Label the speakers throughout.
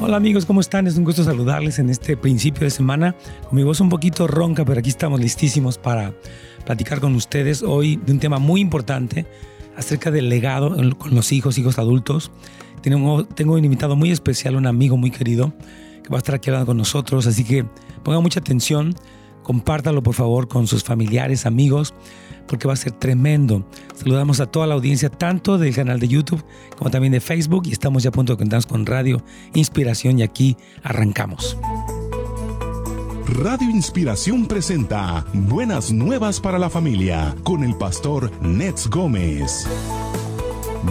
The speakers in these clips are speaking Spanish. Speaker 1: Hola amigos, ¿cómo están? Es un gusto saludarles en este principio de semana con mi voz un poquito ronca, pero aquí estamos listísimos para platicar con ustedes hoy de un tema muy importante acerca del legado con los hijos, hijos adultos. Tengo, tengo un invitado muy especial, un amigo muy querido que va a estar aquí hablando con nosotros, así que pongan mucha atención, compártalo por favor con sus familiares, amigos, porque va a ser tremendo. Saludamos a toda la audiencia, tanto del canal de YouTube como también de Facebook, y estamos ya a punto de contarnos con Radio Inspiración y aquí arrancamos.
Speaker 2: Radio Inspiración presenta Buenas Nuevas para la Familia con el pastor Nets Gómez.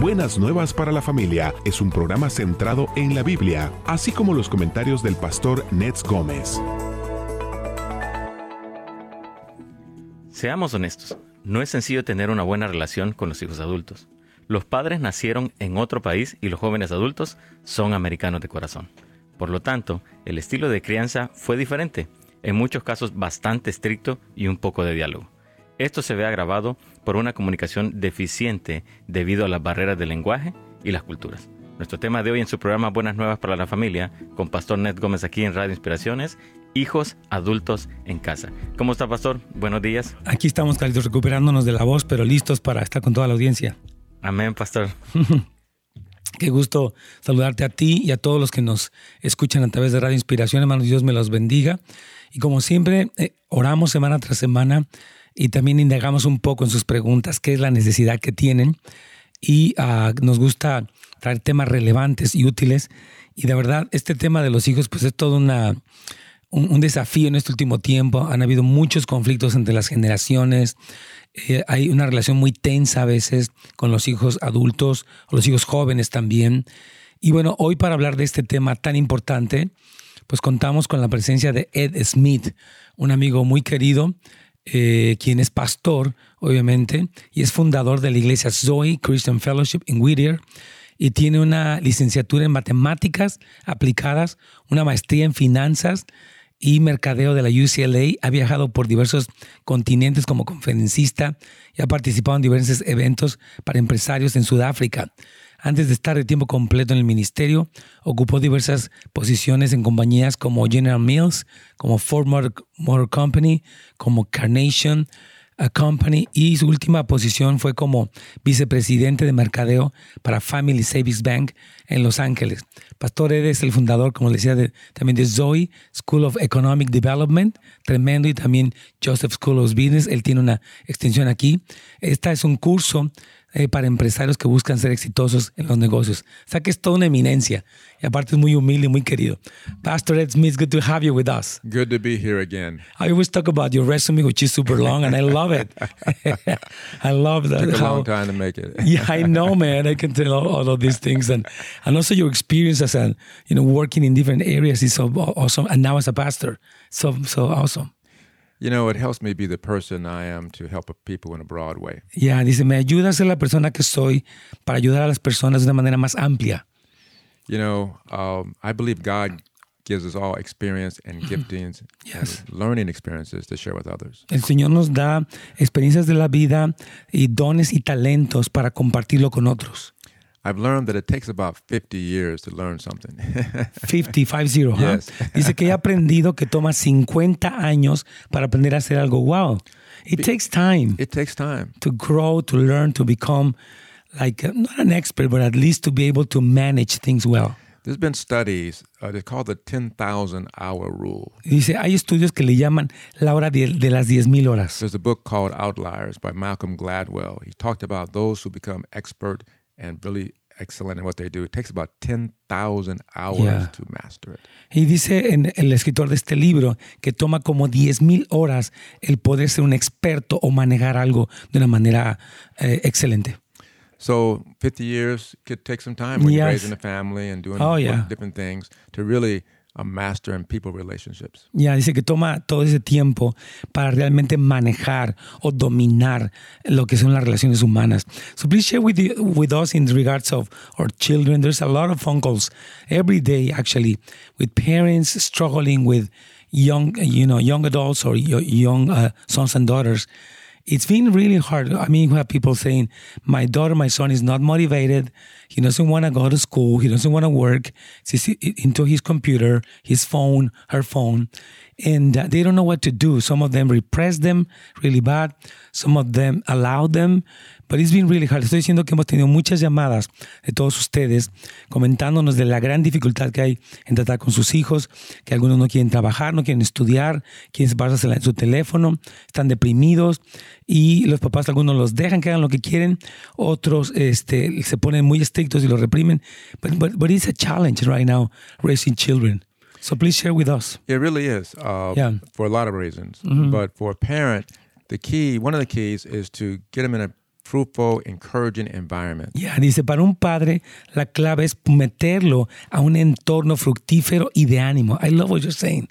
Speaker 2: Buenas Nuevas para la Familia es un programa centrado en la Biblia, así como los comentarios del pastor Nets Gómez.
Speaker 3: Seamos honestos, no es sencillo tener una buena relación con los hijos adultos. Los padres nacieron en otro país y los jóvenes adultos son americanos de corazón. Por lo tanto, el estilo de crianza fue diferente, en muchos casos bastante estricto y un poco de diálogo. Esto se ve agravado por una comunicación deficiente debido a las barreras del lenguaje y las culturas. Nuestro tema de hoy en su programa Buenas Nuevas para la Familia, con Pastor Ned Gómez aquí en Radio Inspiraciones, Hijos Adultos en Casa. ¿Cómo está, Pastor? Buenos días.
Speaker 1: Aquí estamos, Carlitos, recuperándonos de la voz, pero listos para estar con toda la audiencia.
Speaker 3: Amén, Pastor.
Speaker 1: Qué gusto saludarte a ti y a todos los que nos escuchan a través de Radio Inspiración. Hermanos, Dios me los bendiga. Y como siempre, eh, oramos semana tras semana y también indagamos un poco en sus preguntas, qué es la necesidad que tienen. Y uh, nos gusta traer temas relevantes y útiles. Y de verdad, este tema de los hijos, pues es todo una, un, un desafío en este último tiempo. Han habido muchos conflictos entre las generaciones. Eh, hay una relación muy tensa a veces con los hijos adultos, o los hijos jóvenes también. Y bueno, hoy para hablar de este tema tan importante, pues contamos con la presencia de Ed Smith, un amigo muy querido, eh, quien es pastor, obviamente, y es fundador de la iglesia Zoe Christian Fellowship en Whittier. Y tiene una licenciatura en matemáticas aplicadas, una maestría en finanzas y mercadeo de la UCLA. Ha viajado por diversos continentes como conferencista y ha participado en diversos eventos para empresarios en Sudáfrica. Antes de estar de tiempo completo en el ministerio, ocupó diversas posiciones en compañías como General Mills, como Ford Motor, Company, como Carnation a Company y su última posición fue como vicepresidente de mercadeo para Family Savings Bank en Los Ángeles. Pastor Ed es el fundador, como les decía, de, también de Zoe School of Economic Development, tremendo, y también Joseph School of Business. Él tiene una extensión aquí. Esta es un curso eh, para empresarios que buscan ser exitosos en los negocios. O sea que es toda una eminencia y aparte es muy humilde y muy querido. Pastor Ed Smith, good to have you with us.
Speaker 4: Good to be here again.
Speaker 1: I always talk about your resume, which is super long, and I love it. I love that.
Speaker 4: Took a how, long time to make it.
Speaker 1: yeah, I know, man. I can tell all, all, of these things, and and also your experience as a you know working in different areas is so awesome, and now as a pastor, so so awesome.
Speaker 4: You know, it helps me be the person I am to help people in a broad way.
Speaker 1: Yeah, dice, me ayuda a ser la persona que soy para ayudar a las personas de una manera más amplia.
Speaker 4: You know, um, I believe God gives us all experience and giftings,
Speaker 1: Mm-hmm. Yes.
Speaker 4: and learning experiences to share with others.
Speaker 1: El Señor nos da experiencias de la vida y dones y talentos para compartirlo con otros.
Speaker 4: I've learned that it takes about 50 years to learn something.
Speaker 1: 50, 50, huh?
Speaker 4: Yes.
Speaker 1: Dice que he aprendido que toma 50 años para aprender a hacer algo. Wow. It takes time
Speaker 4: it takes time.
Speaker 1: to grow, to learn, to become like uh, not an expert, but at least to be able to manage things well.
Speaker 4: There's been studies, uh, they call the 10,000 hour rule.
Speaker 1: Dice, hay estudios que le llaman la hora de, de las 10.000 horas.
Speaker 4: There's a book called Outliers by Malcolm Gladwell. He talked about those who become expert and really excellent in what they do. It takes about 10,000 hours
Speaker 1: Yeah.
Speaker 4: to master it.
Speaker 1: Y dice en el escritor de este libro que toma como 10.000 horas el poder ser un experto o manejar algo de una manera eh, excelente.
Speaker 4: So 50 years could take some time when you're
Speaker 1: Yes.
Speaker 4: raising a family and doing
Speaker 1: Oh, yeah.
Speaker 4: different things to really uh, master in people relationships.
Speaker 1: Ya dice que toma todo ese tiempo para realmente manejar o dominar lo que son las relaciones humanas. So please share with, you- with us in regards of our children. There's a lot of phone calls every day actually with parents struggling with young, you know, young adults or yo- young uh, sons and daughters. it's been really hard. I mean, you have people saying, my daughter, my son is not motivated. He doesn't want to go to school. He doesn't want to work. He's into his computer, his phone, her phone. And uh, they don't know what to do. Some of them repress them really bad. Some of them allow them. Pero it's been really hard. Estoy diciendo que hemos tenido muchas llamadas de todos ustedes comentándonos de la gran dificultad que hay en tratar con sus hijos, que algunos no quieren trabajar, no quieren estudiar, quieren pasarse en su teléfono, están deprimidos y los papás algunos los dejan que hagan lo que quieren, otros este, se ponen muy estrictos y los reprimen. But, but, but it's a challenge right now raising children. So please share with us.
Speaker 4: It really is uh,
Speaker 1: Yeah. Mm-hmm.
Speaker 4: for a lot of reasons. But for a parent, the key, one of the keys is to get them in a fruitful, encouraging environment.
Speaker 1: Ya, dice, para un padre la clave es meterlo a un entorno fructífero y de ánimo. I love what you're saying.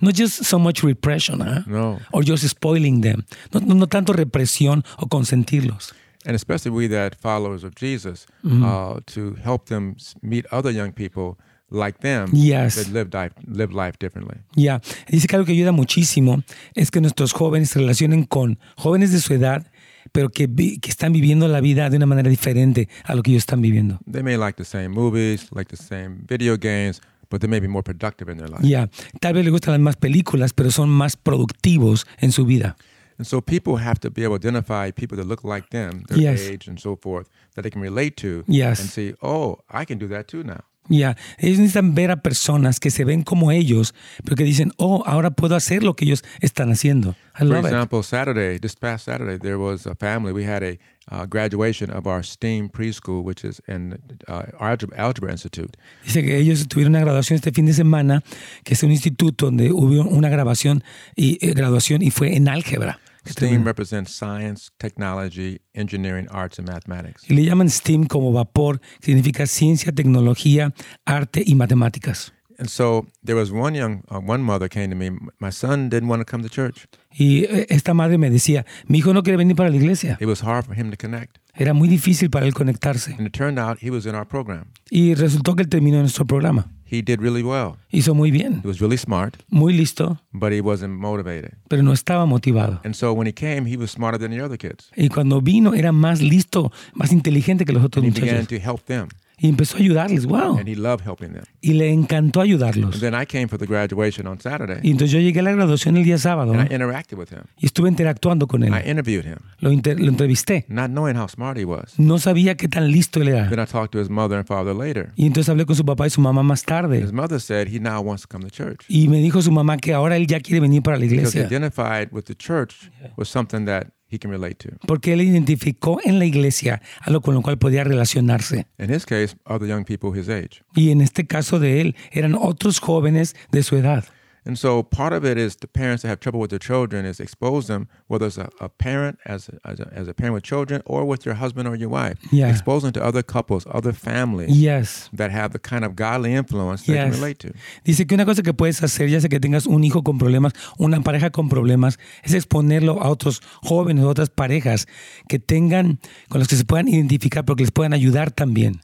Speaker 1: Not just so much repression, huh?
Speaker 4: No.
Speaker 1: Or just spoiling them. No, no- no tanto represión o consentirlos.
Speaker 4: And especially we that followers of Jesus,
Speaker 1: Mm-hmm.
Speaker 4: uh, to help them s- meet other young people like them
Speaker 1: Yes.
Speaker 4: that live, life live life differently.
Speaker 1: Ya, dice que algo que ayuda muchísimo es que nuestros jóvenes se relacionen con jóvenes de su edad, pero que, vi- que están viviendo la vida de una manera diferente a lo que ellos están viviendo.
Speaker 4: They may like the same movies, like the same video games, but they may be more productive in their life.
Speaker 1: Ya, tal vez les gustan las más películas, pero son más productivos en su vida.
Speaker 4: And so people have to be able to identify people that look like them, their
Speaker 1: Yes.
Speaker 4: age and so forth, that they can relate to
Speaker 1: Yes.
Speaker 4: and see, oh, I can do that too now.
Speaker 1: Ya, ellos necesitan ver a personas que se ven como ellos, pero que dicen, oh, ahora puedo hacer lo que ellos están haciendo. I
Speaker 4: For
Speaker 1: love it.
Speaker 4: example, Saturday, this past Saturday, there was a family. We had a uh, graduation of our STEAM preschool, which is in uh, Algebra, Algebra Institute.
Speaker 1: Dice que ellos tuvieron una graduación este fin de semana, que es un instituto donde hubo una grabación y, eh, graduación y fue en álgebra. Qué
Speaker 4: STEAM
Speaker 1: tremendo.
Speaker 4: represents science, technology, engineering, arts, and mathematics.
Speaker 1: Y le llaman STEAM como vapor, que significa ciencia, tecnología, arte y matemáticas.
Speaker 4: And so there was one young, uh, one mother came to me. My son didn't want to come to church.
Speaker 1: Y eh, esta madre me decía, mi hijo no quiere venir para la iglesia.
Speaker 4: It was hard for him to connect.
Speaker 1: Era muy difícil para él conectarse.
Speaker 4: And it turned out he was in our program.
Speaker 1: Y resultó que él terminó nuestro programa.
Speaker 4: He did really well.
Speaker 1: Hizo muy bien,
Speaker 4: He was really smart,
Speaker 1: muy listo,
Speaker 4: but he wasn't motivated.
Speaker 1: pero no estaba motivado.
Speaker 4: And so when he came, he was smarter than the other kids.
Speaker 1: Y cuando vino era más listo, más inteligente que los otros
Speaker 4: He began
Speaker 1: muchachos.
Speaker 4: to help them,
Speaker 1: Y empezó a ayudarles, wow.
Speaker 4: and he loved helping them.
Speaker 1: Y le encantó
Speaker 4: And
Speaker 1: ayudarlos.
Speaker 4: then I came for the graduation on Saturday,
Speaker 1: Y entonces yo llegué a la graduación el día sábado
Speaker 4: and I
Speaker 1: ¿no?
Speaker 4: interacted with him.
Speaker 1: y estuve interactuando con
Speaker 4: I
Speaker 1: él.
Speaker 4: interviewed him,
Speaker 1: Lo, inter- lo entrevisté.
Speaker 4: not knowing how smart he was.
Speaker 1: No sabía qué tan listo él era.
Speaker 4: Then I talked to his mother and father later.
Speaker 1: Y entonces hablé con su papá y su mamá más tarde.
Speaker 4: His mother said he now wants to come to church
Speaker 1: Y me dijo su mamá que ahora él ya quiere venir para la
Speaker 4: because he
Speaker 1: iglesia.
Speaker 4: identified with the church was something that he can relate to.
Speaker 1: Porque él identificó en la iglesia algo con lo cual podía relacionarse.
Speaker 4: In his case, other young people his age.
Speaker 1: Y en este caso de él, eran otros jóvenes de su edad.
Speaker 4: And so part of it is the parents that have trouble with their children is expose them, whether it's a, a parent as a, as, a, as a parent with children or with your husband or your wife.
Speaker 1: Yeah.
Speaker 4: Expose them to other couples, other families
Speaker 1: Yes.
Speaker 4: that have the kind of godly influence they can
Speaker 1: Yes.
Speaker 4: relate to.
Speaker 1: Dice que una cosa que puedes hacer, ya sea que tengas un hijo con problemas, una pareja con problemas, es exponerlo a otros jóvenes, a otras parejas que tengan, con los que se puedan identificar, porque les puedan ayudar también.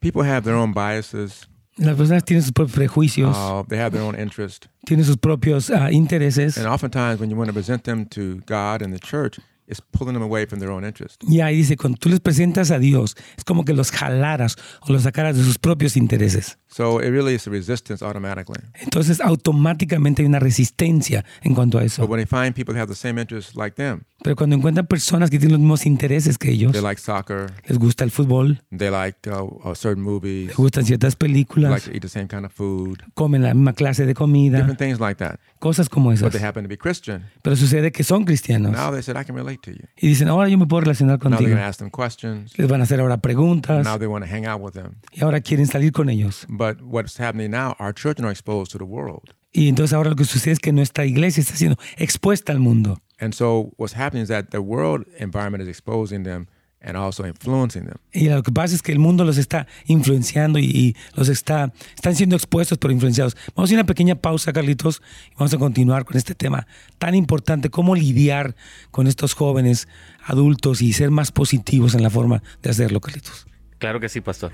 Speaker 4: People have their own biases.
Speaker 1: Las personas tienen sus propios prejuicios,
Speaker 4: Uh, they have their own interest.
Speaker 1: tienen sus propios ah, intereses.
Speaker 4: And oftentimes when you want to present them to God and the church, it's pulling them away from their own interest.
Speaker 1: Y ahí dice, cuando tú les presentas a Dios, es como que los jalaras o los sacaras de sus propios intereses.
Speaker 4: So it really is a resistance automatically.
Speaker 1: Entonces automáticamente hay una resistencia en cuanto a
Speaker 4: But
Speaker 1: eso.
Speaker 4: when they find people that have the same interests like them,
Speaker 1: Pero cuando encuentran personas que tienen los mismos intereses que ellos,
Speaker 4: they like soccer,
Speaker 1: les gusta el fútbol,
Speaker 4: they like uh, uh, certain movies,
Speaker 1: les gustan ciertas
Speaker 4: They like
Speaker 1: películas,
Speaker 4: to eat the same kind of food,
Speaker 1: comen la misma clase de comida,
Speaker 4: different things like that.
Speaker 1: cosas como
Speaker 4: But they
Speaker 1: esas.
Speaker 4: happen to be Christian.
Speaker 1: Pero sucede que son cristianos
Speaker 4: Now they said, I can relate to you.
Speaker 1: y dicen, ahora yo me puedo relacionar
Speaker 4: Now they're
Speaker 1: contigo.
Speaker 4: going to ask them questions.
Speaker 1: Les van a hacer ahora preguntas
Speaker 4: Now they want to hang out with them.
Speaker 1: y ahora quieren salir con ellos.
Speaker 4: But what's happening now, our children are exposed to the world.
Speaker 1: Y entonces ahora lo que sucede es que nuestra iglesia está siendo expuesta al mundo.
Speaker 4: And so what's happening is that the world environment is exposing them and also influencing them.
Speaker 1: Y lo que pasa es que el mundo los está influenciando y, y los está, están siendo expuestos pero influenciados. Vamos a ir a una pequeña pausa, Carlitos, y vamos a continuar con este tema tan importante, cómo lidiar con estos jóvenes adultos y ser más positivos en la forma de hacerlo, Carlitos.
Speaker 3: Claro que sí, pastor.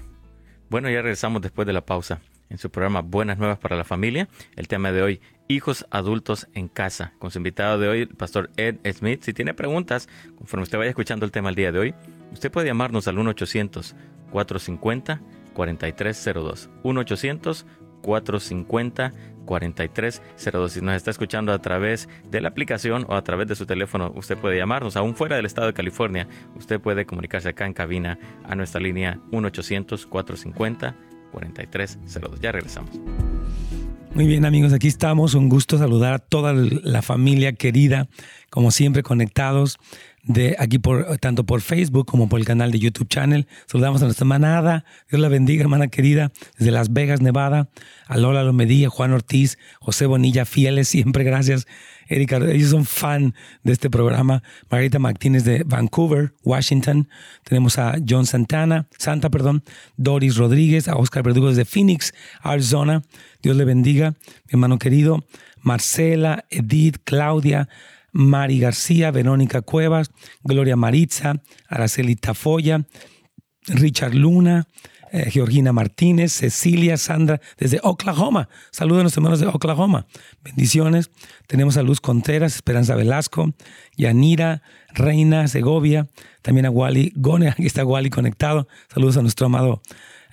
Speaker 3: Bueno, ya regresamos después de la pausa. en su programa Buenas Nuevas para la Familia. El tema de hoy, hijos adultos en casa, con su invitado de hoy, el pastor Ed Smith. Si tiene preguntas, conforme usted vaya escuchando el tema el día de hoy, usted puede llamarnos al 1-800-450-4302. 1-800-450-4302. Si nos está escuchando a través de la aplicación o a través de su teléfono, usted puede llamarnos. Aún fuera del estado de California, usted puede comunicarse acá en cabina a nuestra línea 1-800-450-4302. Ya regresamos.
Speaker 1: Muy bien amigos, aquí estamos. Un gusto saludar a toda la familia querida, como siempre conectados de aquí por tanto por Facebook como por el canal de YouTube Channel. Saludamos a nuestra manada. Dios la bendiga, hermana querida, desde Las Vegas, Nevada. A Lola Lomedía, Juan Ortiz, José Bonilla, fieles siempre, gracias. Erika, ellos son fan de este programa. Margarita Martínez de Vancouver, Washington. Tenemos a John Santana, Santa, perdón, Doris Rodríguez, a Oscar Verdugo desde Phoenix, Arizona. Dios le bendiga, mi hermano querido. Marcela, Edith, Claudia, Mari García, Verónica Cuevas, Gloria Maritza, Araceli Tafoya, Richard Luna, eh, Georgina Martínez, Cecilia, Sandra, desde Oklahoma. Saludos a nuestros hermanos de Oklahoma. Bendiciones. Tenemos a Luz Contreras, Esperanza Velasco, Yanira, Reina Segovia, también a Wally Gone. Aquí está Wally conectado. Saludos a nuestro amado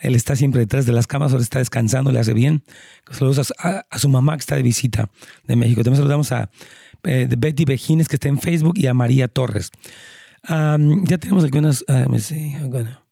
Speaker 1: él está siempre detrás de las camas, ahora está descansando, le hace bien. Saludos a, a- a su mamá que está de visita de México. También saludamos a eh, de Betty Bejines que está en Facebook y a María Torres. Um, ya tenemos algunas. uh, let me see, I'm gonna-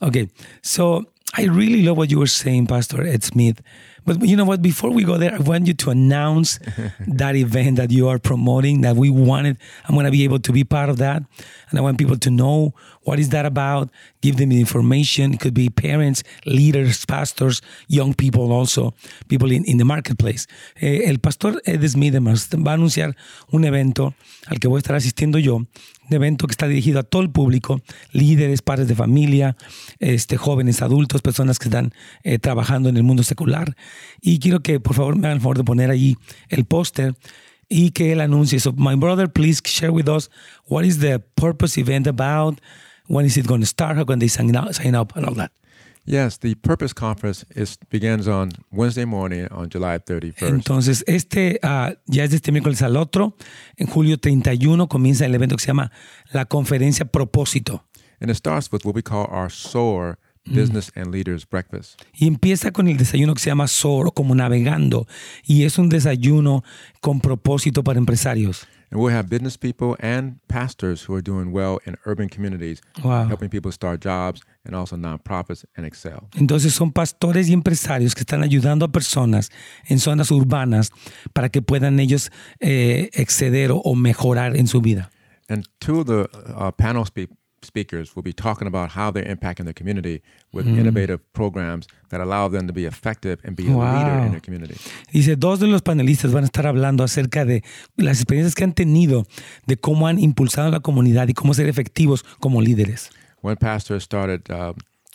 Speaker 1: Okay, so I really love what you were saying, Pastor Ed Smith. But you know what? Before we go there, I want you to announce that event that you are promoting that we wanted. I'm going to be able to be part of that, and I want people to know what is that about. Give them the information. It could be parents, leaders, pastors, young people, also people in, in the marketplace. Eh, el pastor Ed Smith además, va a anunciar un evento al que voy a estar asistiendo yo un evento que está dirigido a todo el público, líderes, padres de familia, este, jóvenes, adultos, personas que están eh, trabajando en el mundo secular. Y quiero que por favor me hagan el favor de poner allí el póster y que él anuncie. So, my brother, please share with us what is the purpose event about, when is it going to start, how can they sign up, sign up and all that.
Speaker 4: Yes, the Purpose Conference is begins on Wednesday morning on July 31st.
Speaker 1: Entonces, este ah, ya es de este miércoles al otro. En julio 31 comienza el evento que se llama la conferencia Propósito.
Speaker 4: And it starts with what we call our SOAR
Speaker 1: Mm.
Speaker 4: Business and Leaders Breakfast.
Speaker 1: Y empieza con el desayuno que se llama SOR, o como navegando. Y es un desayuno con propósito para empresarios.
Speaker 4: And we'll have business people and pastors who are doing well in urban communities,
Speaker 1: Wow.
Speaker 4: helping people start jobs and also nonprofits and excel.
Speaker 1: Entonces son pastores y empresarios que están ayudando a personas en zonas urbanas para que puedan ellos eh, exceder o, o mejorar en su vida.
Speaker 4: And two of the uh, panel spe- speakers will be talking about how they're impacting their community with
Speaker 1: Mm.
Speaker 4: innovative programs that allow them to be effective and be a leader
Speaker 1: Wow.
Speaker 4: in their community.
Speaker 1: Dice, dos de los panelistas van a estar hablando acerca de las experiencias que han tenido, de cómo han impulsado a la comunidad y cómo ser efectivos como líderes.
Speaker 4: One pastor started uh,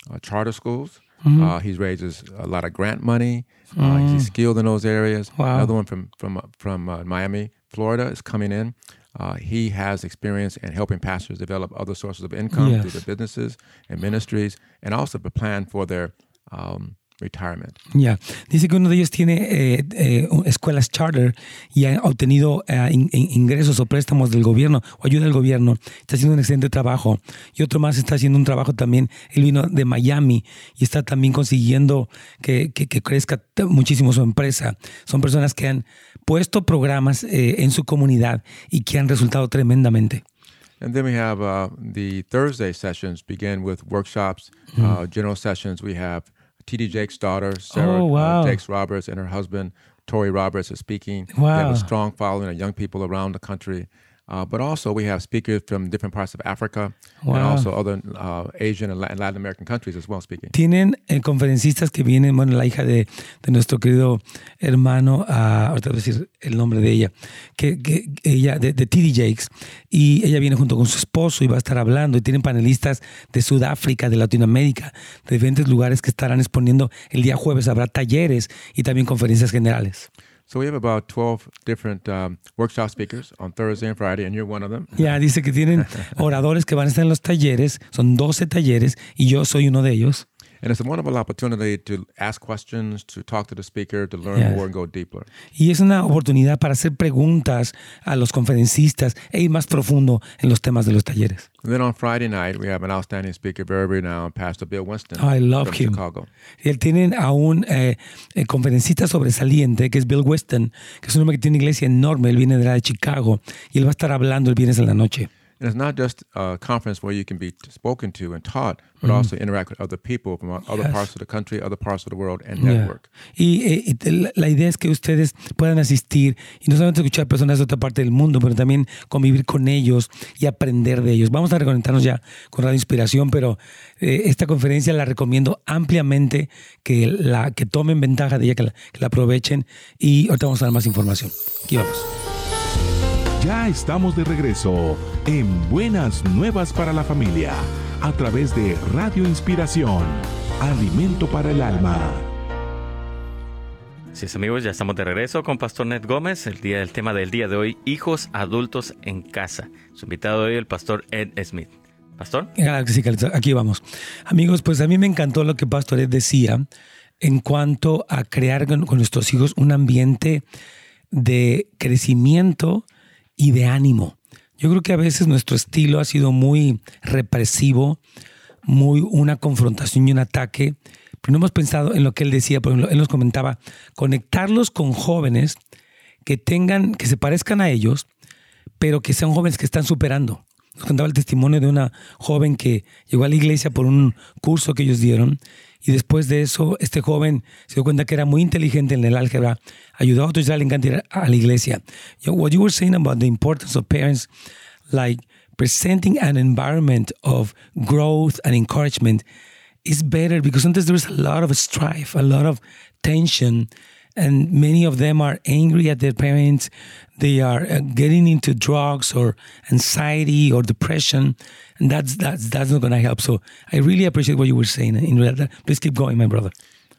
Speaker 4: uh, charter schools.
Speaker 1: Mm-hmm.
Speaker 4: Uh, he raises a lot of grant money. Uh, he's skilled in those areas.
Speaker 1: Mm. Wow.
Speaker 4: Another one from from uh, from uh, Miami, Florida, is coming in. Uh, he has experience in helping pastors develop other sources of income through
Speaker 1: Yes.
Speaker 4: their businesses and ministries, and also to plan for their um, retirement.
Speaker 1: Ya, dice que uno de ellos tiene eh, eh, un- escuelas charter y ha obtenido eh, in- in- ingresos o préstamos del gobierno o ayuda del gobierno. Está haciendo un excelente trabajo. Y otro más está haciendo un trabajo también. Él vino de Miami y está también consiguiendo que, que- que crezca t- muchísimo su empresa. Son personas que han puesto programas eh, en su comunidad y que han resultado tremendamente.
Speaker 4: And then we have uh, the Thursday sessions begin with workshops,
Speaker 1: Hmm.
Speaker 4: uh, general sessions. We have T.D. Jake's daughter, Sarah
Speaker 1: Oh, wow.
Speaker 4: uh, Jakes Roberts, and her husband, Tori Roberts, are speaking. They have
Speaker 1: Wow.
Speaker 4: a strong following of young people around the country. Uh, but also, we have speakers from different parts of Africa and
Speaker 1: Wow.
Speaker 4: also other uh, Asian and Latin Latin American countries as well speaking.
Speaker 1: Tienen eh, conferencistas que vienen, bueno, la hija de, de nuestro querido hermano, ah, ahorita voy a decir el nombre de ella, que, que ella, de, de TD Jakes, y ella viene junto con su esposo y va a estar hablando, y tienen panelistas de Sudáfrica, de Latinoamérica, de diferentes lugares que estarán exponiendo el día jueves, habrá talleres y también conferencias generales.
Speaker 4: So we have about 12 different um, workshop speakers on Thursday and Friday, and you're one of them.
Speaker 1: Ya, dice que tienen oradores que van a estar en los talleres, son 12 talleres, y yo soy uno de ellos.
Speaker 4: And it's a wonderful opportunity to ask questions, to talk to the speaker, to learn
Speaker 1: Yes.
Speaker 4: more and go deeper.
Speaker 1: Y es una oportunidad para hacer preguntas a los conferencistas e ir más profundo en los temas de los talleres.
Speaker 4: And then on Friday night, we have an outstanding speaker, very renowned, Pastor Bill Winston
Speaker 1: Oh, I love
Speaker 4: from
Speaker 1: him.
Speaker 4: Chicago.
Speaker 1: Él tiene a un eh, eh, conferencista sobresaliente que es Bill Weston, que es un hombre que tiene una iglesia enorme. Él viene de la de Chicago y él va a estar hablando el viernes en la noche.
Speaker 4: And it's not just a conference where you can be spoken to and taught, but also interact with other people from other
Speaker 1: Mm-hmm. Yes.
Speaker 4: parts of the country, other parts of the world, and
Speaker 1: Ya.
Speaker 4: network.
Speaker 1: Y, eh, y te- la- la idea es que ustedes puedan asistir y no solamente escuchar personas de otra parte del mundo, pero también convivir con ellos y aprender de ellos. Vamos a reconectarnos ya con Radio Inspiración, pero eh, esta conferencia la recomiendo ampliamente que, la, que tomen ventaja de ella, que la, que la aprovechen y ahorita vamos a dar más información. Aquí vamos.
Speaker 2: Ya estamos de regreso en Buenas Nuevas para la Familia a través de Radio Inspiración, Alimento para el Alma.
Speaker 3: Así es, amigos, ya estamos de regreso con Pastor Ned Gómez. El, día, el tema del día de hoy, hijos adultos en casa. Su invitado de hoy, el Pastor Ed Smith. Pastor,
Speaker 1: Claro que sí, Carlitos, aquí vamos. Amigos, pues a mí me encantó lo que Pastoret decía en cuanto a crear con, con nuestros hijos un ambiente de crecimiento y de ánimo. Yo creo que a veces nuestro estilo ha sido muy represivo, muy una confrontación y un ataque. Pero no hemos pensado en lo que él decía, por ejemplo, él nos comentaba, conectarlos con jóvenes que tengan, que se parezcan a ellos, pero que sean jóvenes que están superando. Nos contaba el testimonio de una joven que llegó a la iglesia por un curso que ellos dieron y después de eso este joven se dio cuenta que era muy inteligente en el álgebra, ayudó a otros, ya le encanta ir a la iglesia. You know, what you were saying about the importance of parents like presenting an environment of growth and encouragement is better because sometimes there's a lot of strife, a lot of tension, and many of them are angry at their parents. They are uh, getting into drugs or anxiety or depression, and that's that's that's not going to help. So I really appreciate what you were saying. In that, please keep going, my brother.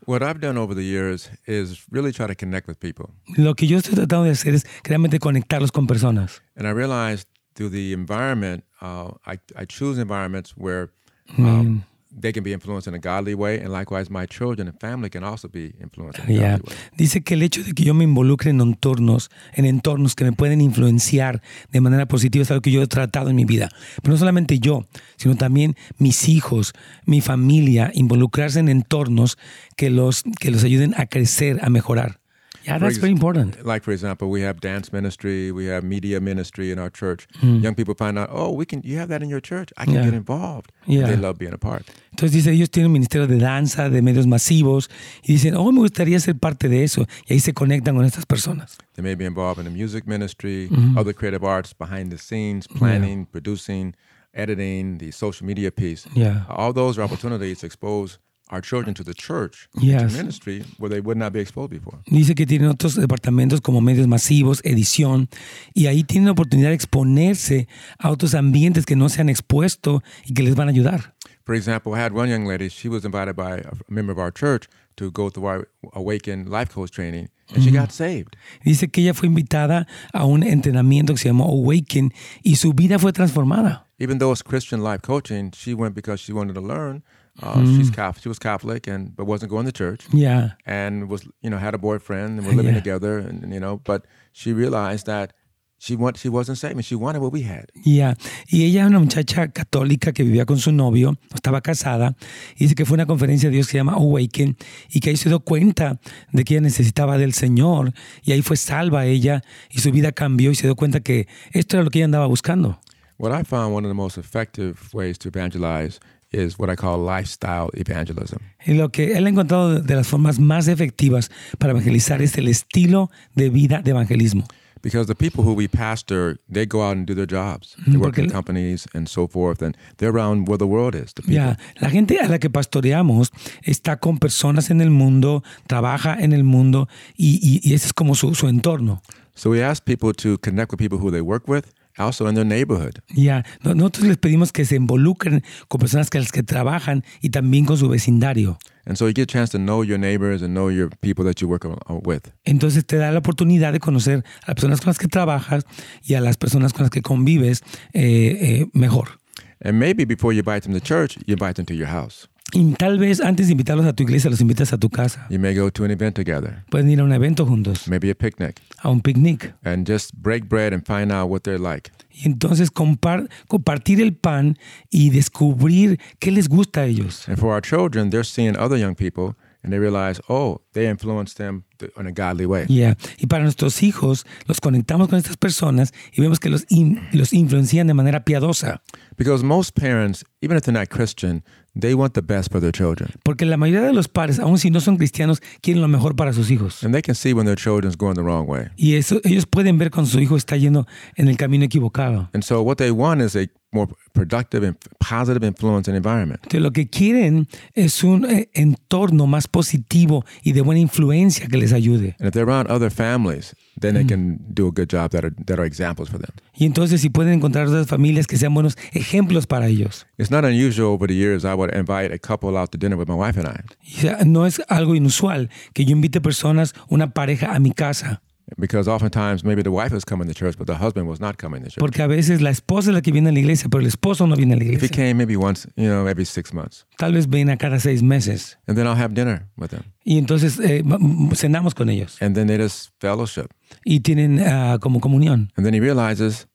Speaker 4: What I've done over the years is really try to connect with people.
Speaker 1: Lo que yo estoy tratando de hacer es realmente conectarlos con personas.
Speaker 4: And I realized through the environment, uh, I, I choose environments where um,
Speaker 1: Mm-hmm.
Speaker 4: they can be influenced in a godly way, and likewise, my children and family can also be influenced in a
Speaker 1: Ya.
Speaker 4: godly way.
Speaker 1: Dice que el hecho de que yo me involucre en entornos, en entornos que me pueden influenciar de manera positiva es algo que yo he tratado en mi vida. Pero no solamente yo, sino también mis hijos, mi familia, involucrarse en entornos que los, que los ayuden a crecer, a mejorar. Yeah, that's
Speaker 4: ex-
Speaker 1: very important.
Speaker 4: Like for example, we have dance ministry, we have media ministry in our church. Young people find out, oh, we can. You have that in your church. I can
Speaker 1: Hmm. Yeah.
Speaker 4: get involved.
Speaker 1: Yeah.
Speaker 4: They love being a part.
Speaker 1: Entonces dice, ellos tienen un ministerio de danza, de medios masivos, y dicen, oh, me gustaría ser parte de eso. Y ahí se conectan con estas personas.
Speaker 4: They may be involved in the music ministry,
Speaker 1: Mm-hmm.
Speaker 4: other creative arts behind the scenes, planning, producing, editing, the social media piece.
Speaker 1: Yeah.
Speaker 4: All those are opportunities to expose our children to the church,
Speaker 1: Yes.
Speaker 4: to ministry, where they would not be exposed before.
Speaker 1: Dice que tienen otros departamentos como medios masivos, edición, y ahí tienen la oportunidad de exponerse a otros ambientes que no se han expuesto y que les van a ayudar.
Speaker 4: For example, I had one young lady, she was invited by a member of our church to go through our Awaken Life Coach training, and
Speaker 1: Mm-hmm.
Speaker 4: she got saved.
Speaker 1: Dice que ella fue invitada a un entrenamiento que se llamó Awaken y su vida fue transformada.
Speaker 4: even though it's Christian life coaching, she went because she wanted to learn. Uh, She's Catholic, she was Catholic, and but wasn't going to church,
Speaker 1: Ya.
Speaker 4: and was you know had a boyfriend and were living
Speaker 1: Yeah.
Speaker 4: together, and and, you know, but she realized that she want she wasn't saved, and she wanted what we had.
Speaker 1: Ya. Y ella es una muchacha católica que vivía con su novio, estaba casada, y dice que fue a una conferencia de Dios que se llama Awaken, y que ahí se dio cuenta de que ella necesitaba del Señor, y ahí fue salva ella, y su vida cambió, y se dio cuenta que esto era lo que ella andaba buscando.
Speaker 4: What I found one of the most effective ways to evangelize is what I call lifestyle evangelism.
Speaker 1: Y lo que él ha encontrado de las formas más efectivas para evangelizar es el estilo de vida de evangelismo.
Speaker 4: Because the people who we pastor, they go out and do their jobs. They work in
Speaker 1: porque-
Speaker 4: companies and so forth, and they're around where the world is. The people.
Speaker 1: Ya, la gente a la que pastoreamos está con personas en el mundo, trabaja en el mundo y, y- y ese es como su, su entorno.
Speaker 4: So we ask people to connect with people who they work with, also in their neighborhood.
Speaker 1: Ya, no- nosotros les pedimos que se involucren con personas con las que trabajan y también con su vecindario.
Speaker 4: And so you get a chance to know your neighbors and know your people that you work al- with.
Speaker 1: Entonces te da la oportunidad de conocer a las personas con las que trabajas y a las personas con las que convives eh, eh, mejor.
Speaker 4: And maybe before you invite them to church, you invite them to your house.
Speaker 1: Y tal vez antes de invitarlos a tu iglesia, los invitas a tu casa.
Speaker 4: You may go to an event together,
Speaker 1: Pueden ir a un evento juntos,
Speaker 4: maybe a picnic,
Speaker 1: a un picnic.
Speaker 4: and just break bread and find out what they're like.
Speaker 1: Y entonces compar- compartir el pan y descubrir qué les gusta a ellos.
Speaker 4: And for our children, they're seeing other young people and they realize, oh, they influenced them th- in a godly way.
Speaker 1: Yeah. Y para nuestros hijos, los conectamos con estas personas y vemos que los, in- los influencian de manera piadosa.
Speaker 4: Because most parents, even if they're not Christian, they want the best for their children.
Speaker 1: Porque la mayoría de los padres, aun si no son cristianos, quieren lo mejor para sus hijos.
Speaker 4: And they can see when their children's going the wrong way.
Speaker 1: Y eso, ellos pueden ver cuando su hijo está yendo en el camino equivocado.
Speaker 4: And so what they want is a more productive and f- positive influence and environment.
Speaker 1: Entonces, lo que quieren es un eh, entorno más positivo y de buena influencia que les ayude.
Speaker 4: And if they're around other families, then they can do a good job that are, that are examples for them.
Speaker 1: Y entonces, si pueden encontrar otras familias que sean buenos ejemplos para ellos.
Speaker 4: It's not unusual over the years I would invite a couple out to dinner with my wife and I
Speaker 1: Y ya no es algo inusual que yo invite personas, una pareja a mi casa.
Speaker 4: because oftentimes maybe the wife is coming to church, but the husband was not coming to church.
Speaker 1: Porque a veces la esposa es la que viene a la iglesia, pero el esposo no viene a la
Speaker 4: If he
Speaker 1: iglesia.
Speaker 4: came maybe once, you know, every six months,
Speaker 1: Tal vez ven a cada seis meses.
Speaker 4: and then I'll have dinner with him,
Speaker 1: Y entonces eh, va- m- cenamos con ellos.
Speaker 4: and then they just fellowship,
Speaker 1: Y tienen ah, como comunión.
Speaker 4: and then he realizes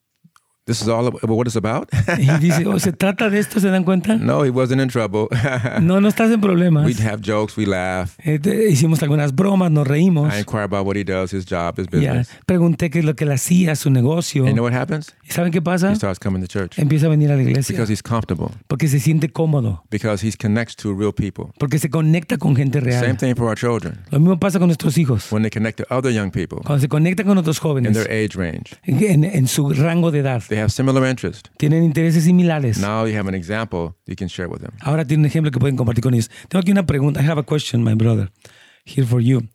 Speaker 4: this is all about what it's about.
Speaker 1: Y dice, "Oh, ¿se trata de esto? ¿Se dan cuenta?
Speaker 4: no, he wasn't in trouble.
Speaker 1: No, no estás en problemas.
Speaker 4: We'd have jokes, we laugh.
Speaker 1: Eh, te- hicimos algunas bromas, nos reímos.
Speaker 4: I inquire about what he does, his job, his
Speaker 1: Ya,
Speaker 4: business.
Speaker 1: Pregunté qué es lo que él hacía, su negocio.
Speaker 4: And you know what happens?
Speaker 1: ¿Y saben qué pasa?
Speaker 4: He starts coming to church
Speaker 1: Empieza a venir a la iglesia
Speaker 4: because he's comfortable,
Speaker 1: porque se siente cómodo,
Speaker 4: because he connects to real people.
Speaker 1: porque se conecta con gente
Speaker 4: Same
Speaker 1: real.
Speaker 4: thing for our children
Speaker 1: Lo mismo pasa con nuestros hijos.
Speaker 4: when they connect to other young people
Speaker 1: Cuando se conecta con otros
Speaker 4: in
Speaker 1: jóvenes
Speaker 4: their age range.
Speaker 1: en, en su rango de edad,
Speaker 4: They have similar interests.
Speaker 1: tienen intereses similares.
Speaker 4: Now you have an example you can share with them.
Speaker 1: Ahora tiene un ejemplo que pueden compartir con ellos. Tengo aquí una pregunta. I have a question, my brother. Here for you.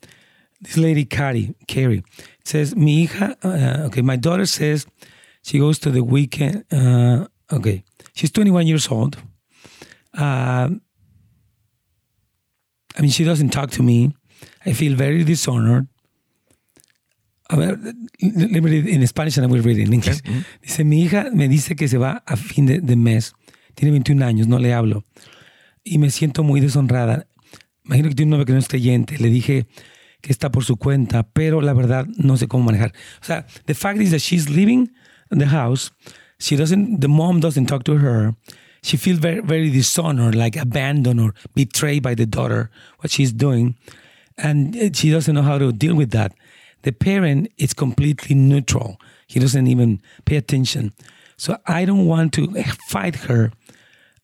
Speaker 1: This lady, Carrie, Carrie, says, mi hija, uh, okay, my daughter says she goes to the weekend. Uh, okay, she's 21 years old. Uh, I mean, she doesn't talk to me. I feel very dishonored. A ver, let me read in Spanish and I will read in English. Dice, mi hija me dice que se va a fin de, de mes. Tiene 21 años, no le hablo. Y me siento muy deshonrada. Imagino que tiene un novio que no es creyente. Le dije que está por su cuenta, pero la verdad no sé cómo manejar. O sea, the fact is that she's leaving the house. She doesn't, the mom doesn't talk to her. She feels very, very dishonored, like abandoned or betrayed by the daughter, what she's doing. And eh, she doesn't know how to deal with that. The parent is completely neutral. He doesn't even pay attention. So I don't want to fight her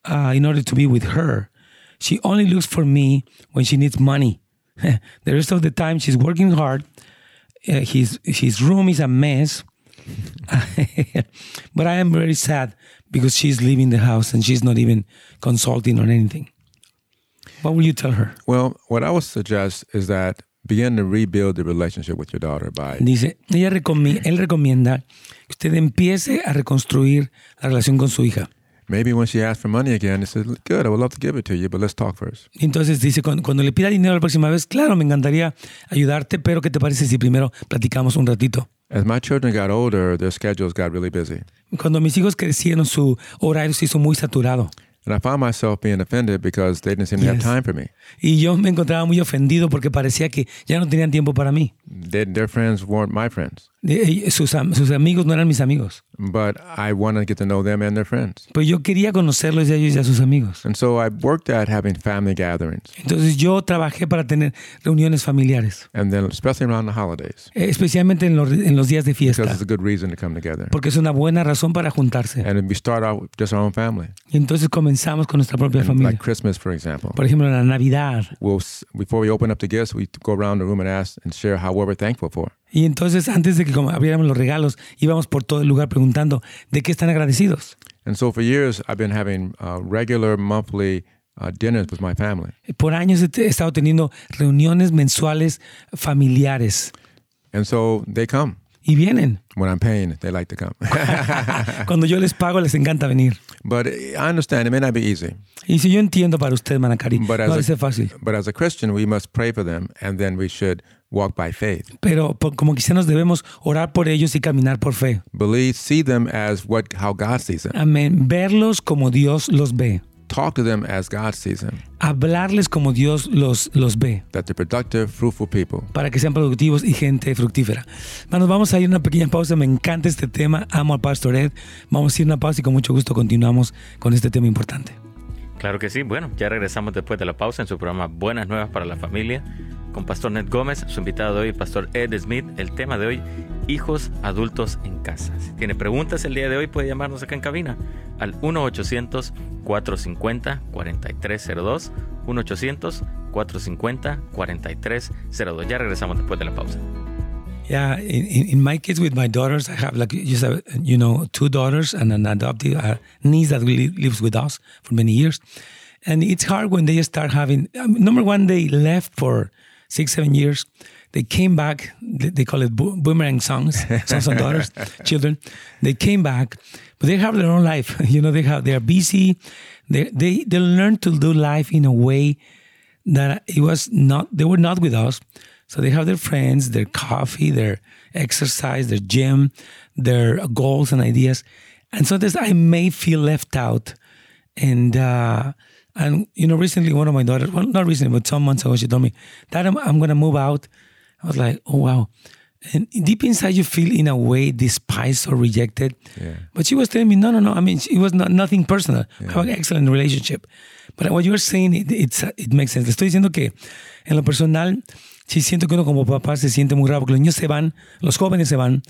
Speaker 1: uh, in order to be with her. She only looks for me when she needs money. the rest of the time, she's working hard. Uh, his, his room is a mess. but I am very sad because she's leaving the house and she's not even consulting on anything. What will you tell her?
Speaker 4: Well, what I would suggest is that begin to rebuild the relationship with your daughter by
Speaker 1: Dice, ella recomi- él recomienda que usted empiece a reconstruir la relación con su hija.
Speaker 4: maybe when she asks for money again, it says, Good, I would love to give it to you, but let's talk first.
Speaker 1: Y Entonces dice, cuando, cuando le pida dinero la próxima vez, claro, me encantaría ayudarte, pero ¿qué te parece si primero platicamos un ratito?
Speaker 4: As my children got older, their schedules got really busy.
Speaker 1: Cuando mis hijos crecieron, su horario se hizo muy saturado.
Speaker 4: And I found myself being offended because they didn't seem to have
Speaker 1: Yes.
Speaker 4: time for me.
Speaker 1: Y yo me encontraba muy ofendido porque parecía que ya no tenían tiempo para mí.
Speaker 4: They, their friends weren't my friends,
Speaker 1: Eh, eh, Sus, am- sus amigos no eran mis amigos.
Speaker 4: but I wanted to get to know them and their friends.
Speaker 1: Pero yo quería conocerlos y a ellos y a sus amigos.
Speaker 4: And so I worked at having family gatherings,
Speaker 1: Entonces yo trabajé para tener reuniones familiares,
Speaker 4: and then especially around the holidays,
Speaker 1: eh, especialmente en los, en los días de
Speaker 4: because
Speaker 1: fiesta,
Speaker 4: it's a good reason to come together.
Speaker 1: porque es una buena razón para juntarse.
Speaker 4: And we start out with just our own family.
Speaker 1: Y entonces comenzamos con nuestra propia
Speaker 4: And
Speaker 1: familia.
Speaker 4: like Christmas, for example.
Speaker 1: Por ejemplo, en la Navidad,
Speaker 4: We'll, s- before we open up the gifts, we go around the room and ask and share how what we're thankful for.
Speaker 1: Y entonces, antes de que como abriéramos los regalos, íbamos por todo el lugar preguntando de qué están agradecidos.
Speaker 4: And so for years, I've been having uh, regular monthly uh, dinners with my family.
Speaker 1: Por años he he estado teniendo reuniones mensuales familiares
Speaker 4: And so they come.
Speaker 1: y vienen.
Speaker 4: When I'm paying, they like to come.
Speaker 1: Cuando yo les pago, les encanta venir.
Speaker 4: but I understand it may not be easy.
Speaker 1: Y si yo entiendo para usted, Manacari,
Speaker 4: But
Speaker 1: no
Speaker 4: as,
Speaker 1: es
Speaker 4: a,
Speaker 1: fácil.
Speaker 4: but as a Christian, we must pray for them and then we should walk by faith.
Speaker 1: Pero por- como cristianos debemos orar por ellos y caminar por fe.
Speaker 4: Believe, see them as what how God sees them.
Speaker 1: Amén. Verlos como Dios los ve.
Speaker 4: talk to them as God sees them,
Speaker 1: hablarles como Dios los, los ve,
Speaker 4: that they're productive, fruitful people.
Speaker 1: para que sean productivos y gente fructífera. Manos, vamos a ir a una pequeña pausa. Me encanta este tema. Amo al Pastor Ed. Vamos a ir a una pausa y con mucho gusto continuamos con este tema importante.
Speaker 3: Claro que sí. Bueno, ya regresamos después de la pausa en su programa Buenas Nuevas para la Familia con Pastor Ned Gómez, su invitado de hoy, Pastor Ed Smith. El tema de hoy, hijos adultos en casa. Si tiene preguntas el día de hoy, puede llamarnos acá en cabina al 1-800-450-4302. 1-800-450-4302. Ya regresamos después de la pausa.
Speaker 1: Yeah, in, in in my case with my daughters, I have like you said, you know, two daughters and an adoptive uh, niece that li- lives with us for many years, and it's hard when they start having. I mean, number one, they left for six, seven years. They came back. They, they call it bo- boomerang sons, sons and daughters, children. They came back, but they have their own life. You know, they have they are busy. They they they learn to do life in a way that it was not they were not with us so they have their friends their coffee their exercise their gym their goals and ideas and sometimes i may feel left out and uh and you know recently one of my daughters well not recently but some months ago she told me that i'm, I'm gonna move out i was like oh wow and deep inside you feel in a way despised or rejected but she was telling me no no no i mean it was not nothing personal I have an excellent relationship but what you're saying, it, it's, it makes sense. Le estoy diciendo que en lo personal, sí siento que uno como papá se siente muy raro, porque los niños se van, los jóvenes se van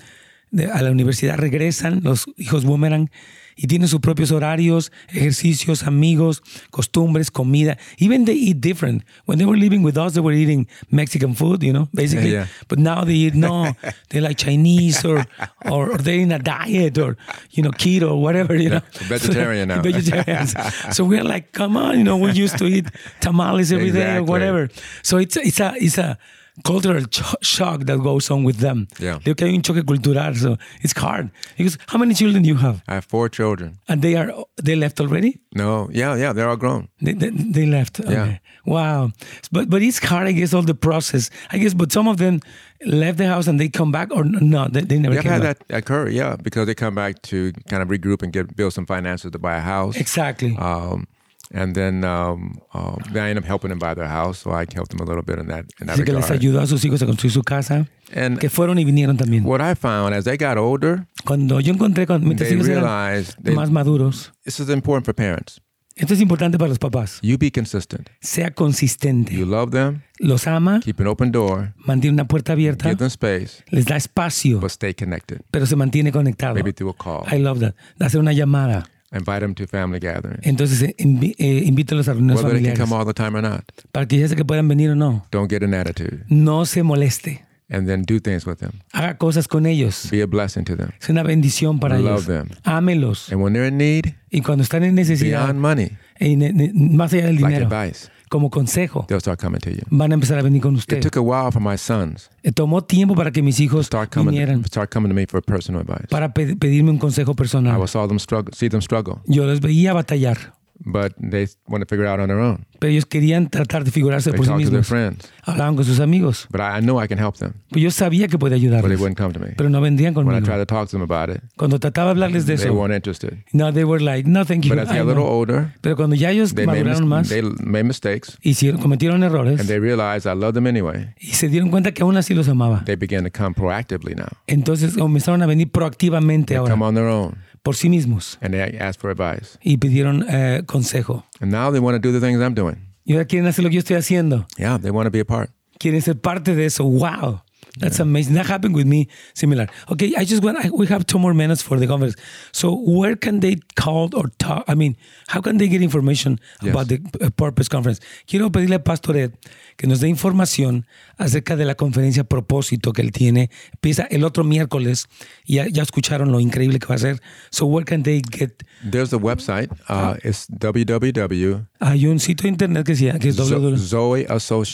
Speaker 1: de- a la universidad, regresan, los hijos boomerang, y tienen sus propios horarios, ejercicios, amigos, costumbres, comida. Even they eat different. When they were living with us, they were eating Mexican food, you know, basically.
Speaker 4: Yeah.
Speaker 1: But now they eat, no, they like Chinese or, or, or they're in a diet or, you know, keto or whatever, you know.
Speaker 4: vegetarian now.
Speaker 1: Vegetarians. so we're like, come on, you know, we used to eat tamales every day or
Speaker 4: Exactly.
Speaker 1: whatever. So it's it's a it's a cultural cho- shock that goes on with them.
Speaker 4: Yeah.
Speaker 1: Look, hay un choque cultural, so it's hard. Because how many children do you have?
Speaker 4: I have four children.
Speaker 1: And they are they left already?
Speaker 4: No, yeah, yeah, they're all grown.
Speaker 1: They, they, they left. Okay. Wow. But but it's hard, I guess, all the process. I guess, but some of them left the house and they come back, or no, they, they never
Speaker 4: Yeah, I've
Speaker 1: came
Speaker 4: had
Speaker 1: back.
Speaker 4: that occur, yeah, because they come back to kind of regroup and get build some finances to buy a house.
Speaker 1: Exactly.
Speaker 4: Um, and then um, um, then I end up helping them buy their house, so I helped them a little bit in that in that
Speaker 1: Así que les
Speaker 4: regard.
Speaker 1: ayudó a sus hijos a construir su casa,
Speaker 4: And-
Speaker 1: que fueron y vinieron también.
Speaker 4: What I found as they got older,
Speaker 1: Cuando yo encontré con mis
Speaker 4: They
Speaker 1: hijos eran
Speaker 4: realize they-
Speaker 1: más maduros,
Speaker 4: this is important for parents.
Speaker 1: esto es importante para los papás.
Speaker 4: You be consistent.
Speaker 1: Sea consistente.
Speaker 4: You love them.
Speaker 1: Los ama,
Speaker 4: Keep an open door.
Speaker 1: mantiene una puerta abierta,
Speaker 4: Give them space,
Speaker 1: les da espacio,
Speaker 4: but stay connected.
Speaker 1: pero se mantiene conectado.
Speaker 4: Maybe through a call.
Speaker 1: I love that. Hacer una llamada.
Speaker 4: Invite them to family gatherings,
Speaker 1: Entonces eh, invi- eh, invítalos a reuniones
Speaker 4: whether they can
Speaker 1: familiares
Speaker 4: come all the time or not.
Speaker 1: para que ya sea que puedan venir o no.
Speaker 4: Don't get an attitude,
Speaker 1: No se moleste.
Speaker 4: and then do things with them.
Speaker 1: Haga cosas con ellos.
Speaker 4: Be a blessing to them.
Speaker 1: Es una bendición para ellos.
Speaker 4: Love them.
Speaker 1: Ámelos.
Speaker 4: And when they're in need,
Speaker 1: Y cuando están en necesidad,
Speaker 4: beyond money,
Speaker 1: en- en- más allá del
Speaker 4: like
Speaker 1: dinero,
Speaker 4: advice,
Speaker 1: como consejo,
Speaker 4: they'll start coming to you.
Speaker 1: van a empezar a venir con
Speaker 4: It
Speaker 1: usted.
Speaker 4: took a while for my sons
Speaker 1: Eh, Tomó tiempo para que mis hijos
Speaker 4: start coming
Speaker 1: vinieran
Speaker 4: start coming to me for personal advice.
Speaker 1: para pe- pedirme un consejo
Speaker 4: I
Speaker 1: personal.
Speaker 4: would saw them struggle, see them struggle,
Speaker 1: Yo los veía batallar,
Speaker 4: but they want to figure it out on their own.
Speaker 1: pero ellos querían tratar de figurarse
Speaker 4: They
Speaker 1: por sí
Speaker 4: talk to their
Speaker 1: mismos.
Speaker 4: friends,
Speaker 1: Hablaban con sus amigos.
Speaker 4: but I, I know I can help them,
Speaker 1: Pues yo sabía que podía
Speaker 4: but they
Speaker 1: ayudarlos,
Speaker 4: wouldn't come to me.
Speaker 1: pero no vendían
Speaker 4: When I
Speaker 1: conmigo.
Speaker 4: tried to talk to them about it,
Speaker 1: Cuando trataba de hablarles de
Speaker 4: they
Speaker 1: eso,
Speaker 4: weren't interested.
Speaker 1: no, they were like, no, thank you.
Speaker 4: But as they
Speaker 1: I
Speaker 4: got a little
Speaker 1: know.
Speaker 4: older,
Speaker 1: Pero cuando ya ellos
Speaker 4: they made, mis-
Speaker 1: maduraron más,
Speaker 4: they made mistakes,
Speaker 1: hicieron, cometieron
Speaker 4: and
Speaker 1: errores
Speaker 4: they realized I love them anyway.
Speaker 1: y se dieron cuenta que aún así los amaba.
Speaker 4: They began to come proactively now,
Speaker 1: Entonces comenzaron a venir proactivamente ahora,
Speaker 4: come on their own,
Speaker 1: por sí mismos,
Speaker 4: and they ask for advice.
Speaker 1: y pidieron eh, consejo.
Speaker 4: And now they want to do the things I'm doing.
Speaker 1: Y ahora quieren hacer lo que yo estoy haciendo.
Speaker 4: Yeah, they want to be a part.
Speaker 1: quieren ser parte de eso. Wow. That's amazing. That happened with me similar. Okay, I just want, I, we have two more minutes for the conference. So, where can they call or talk? I mean, how can they get information about the uh, Purpose Conference? Quiero pedirle a Pastor Ed que nos dé información acerca de la conferencia propósito que él tiene. Empieza el otro miércoles. Ya, ya escucharon lo increíble que va a ser. So, where can they get?
Speaker 4: There's a website.
Speaker 1: Ah.
Speaker 4: Uh, it's www.
Speaker 1: Hay un sitio de internet que, se llama- que es
Speaker 4: Zo-
Speaker 1: www.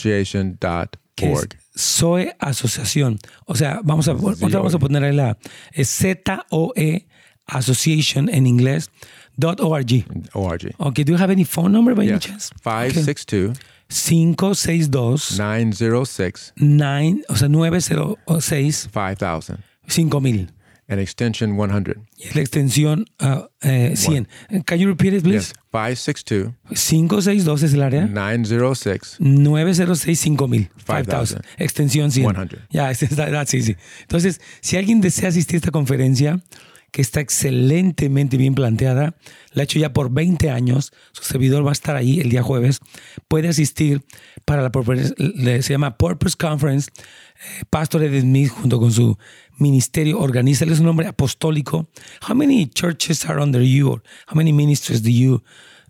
Speaker 1: que es
Speaker 4: zoeassociation.org.
Speaker 1: Zoe Asociación. O sea, vamos a, otra vamos a poner ahí la es Z-O-E Association en inglés, dot .org.
Speaker 4: org.
Speaker 1: Okay, do you have any phone number by any chance? Okay.
Speaker 4: 562
Speaker 1: 562
Speaker 4: 906
Speaker 1: 9, o sea, 906
Speaker 4: 5000.
Speaker 1: 5000.
Speaker 4: and extension 100.
Speaker 1: Y la extensión uh, eh, 100. Can you repeat it, please?
Speaker 4: Yes. 562
Speaker 1: 562 es el área.
Speaker 4: 906
Speaker 1: 906 5000. 5000.
Speaker 4: 5000.
Speaker 1: Extensión 100.
Speaker 4: 100.
Speaker 1: Ya, es- that- that's easy. Entonces, si alguien desea asistir a esta conferencia, que está excelentemente bien planteada, la ha hecho ya por 20 años, su servidor va a estar ahí el día jueves, puede asistir para la, purpose- le- se llama Purpose Conference, eh, Pastor Ed Smith junto con su ministerio organiza, él es un hombre apostólico. How many churches are under you? Or how many ministries do you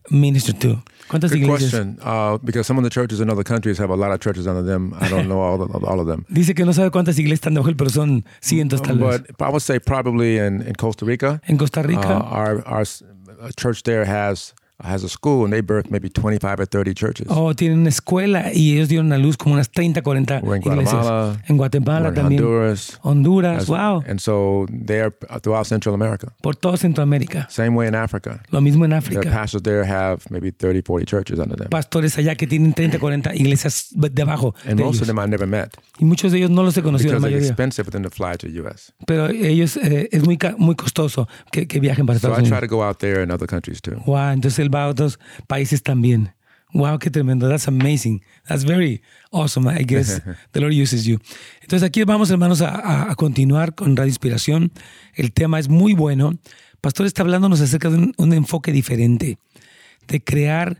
Speaker 1: minister to? ¿Cuántas
Speaker 4: Good
Speaker 1: iglesias?
Speaker 4: question. Uh, because some of the churches in other countries have a lot of churches under them. I don't know all of, all of them.
Speaker 1: Dice que no sabe cuántas iglesias están debajo él, pero son cientos tal vez.
Speaker 4: But I would say probably in, in Costa Rica,
Speaker 1: En Costa
Speaker 4: uh,
Speaker 1: Rica,
Speaker 4: our, our s- a church there has has a school and they birth maybe 25 or 30 churches.
Speaker 1: oh, tienen una escuela y ellos dieron a luz como unas 30, 40
Speaker 4: We're in
Speaker 1: iglesias.
Speaker 4: Guatemala,
Speaker 1: en Guatemala
Speaker 4: Or in
Speaker 1: también.
Speaker 4: Honduras.
Speaker 1: Honduras,
Speaker 4: As-
Speaker 1: wow.
Speaker 4: And so they're throughout Central America.
Speaker 1: Por todo Centroamérica.
Speaker 4: Same way in Africa.
Speaker 1: Lo mismo en
Speaker 4: The
Speaker 1: África.
Speaker 4: pastors there have maybe 30, 40 churches under them.
Speaker 1: Pastores allá que tienen 30, 40 iglesias debajo.
Speaker 4: And
Speaker 1: de
Speaker 4: most
Speaker 1: ellos.
Speaker 4: of them I never met
Speaker 1: Y muchos de ellos no los he conocido, la
Speaker 4: because it's
Speaker 1: mayoría.
Speaker 4: expensive for them to fly to the U.S.
Speaker 1: Pero ellos eh, es muy, ca- muy costoso que, que viajen para
Speaker 4: So
Speaker 1: Estados
Speaker 4: I try
Speaker 1: Unidos.
Speaker 4: to go out there in other countries too.
Speaker 1: Wow, entonces él va a otros países también. Wow, qué tremendo. That's amazing. That's very awesome. I guess the Lord uses you. Entonces aquí vamos, hermanos, a- a, a continuar con Radio Inspiración. El tema es muy bueno. Pastor está hablándonos acerca de un, un enfoque diferente, de crear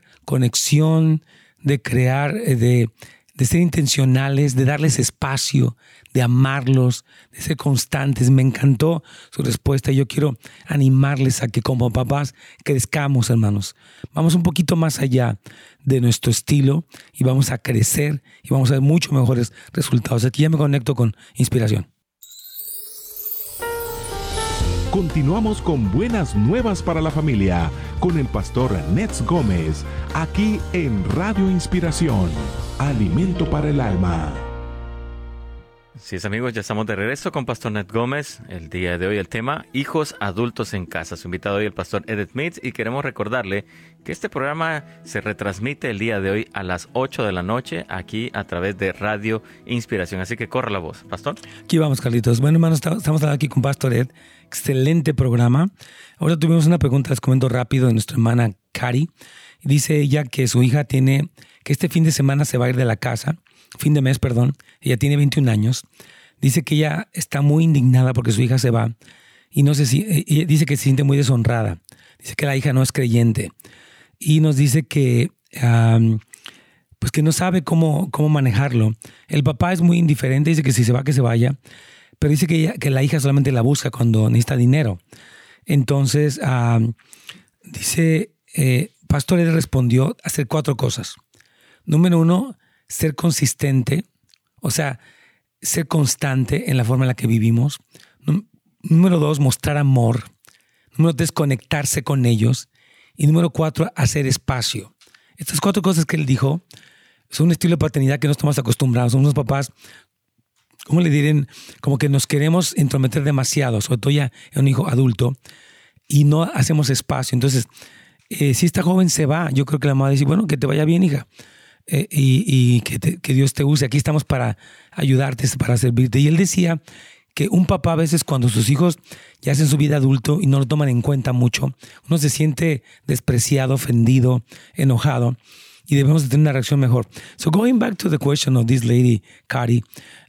Speaker 1: conexión, de crear, eh, de, de ser intencionales, de darles espacio, de amarlos, de ser constantes. Me encantó su respuesta. Yo quiero animarles a que como papás crezcamos, hermanos. Vamos un poquito más allá de nuestro estilo y vamos a crecer y vamos a ver mucho mejores resultados. Aquí ya me conecto con inspiración.
Speaker 2: Continuamos con buenas nuevas para la familia con el pastor Nets Gómez, aquí en Radio Inspiración, Alimento para el Alma.
Speaker 3: Así es, amigos, ya estamos de regreso con Pastor Ned Gómez. El día de hoy el tema Hijos Adultos en Casa. Su invitado hoy el Pastor Edith Mitz y queremos recordarle que este programa se retransmite el día de hoy a las 8 de la noche aquí a través de Radio Inspiración. Así que corra la voz, Pastor.
Speaker 1: Aquí vamos, Carlitos. Bueno, hermanos, estamos estamos aquí con Pastor Ed. Excelente programa. Ahora tuvimos una pregunta, les comento rápido, de nuestra hermana Cari. Dice ella que su hija tiene, que este fin de semana se va a ir de la casa, fin de mes, perdón. Ella tiene 21 años. Dice que ella está muy indignada porque su hija se va y no sé si, eh, ella dice que se siente muy deshonrada. Dice que la hija no es creyente y nos dice que am, pues que no sabe cómo, cómo manejarlo. El papá es muy indiferente, dice que si se va, que se vaya, pero dice que, ella- que la hija solamente la busca cuando necesita dinero. Entonces, am, dice, eh, Pastor le respondió hacer cuatro cosas. Número uno, ser consistente, o sea, ser constante en la forma en la que vivimos. Nú- Número dos, mostrar amor. Número tres, conectarse con ellos. Y número cuatro, hacer espacio. Estas cuatro cosas que él dijo son un estilo de paternidad que no estamos acostumbrados. Somos unos papás, ¿cómo le dirían? Como que nos queremos intrometer demasiado, sobre todo ya en un hijo adulto, y no hacemos espacio. Entonces, eh, si esta joven se va, yo creo que la mamá va a decir, bueno, que te vaya bien, hija. Eh, y y que, te- que Dios te use. Aquí estamos para ayudarte, para servirte. Y él decía que un papá a veces cuando sus hijos ya hacen su vida adulto y no lo toman en cuenta mucho, uno se siente despreciado, ofendido, enojado y debemos de tener una reacción mejor. So going back to the question of this lady, Cari,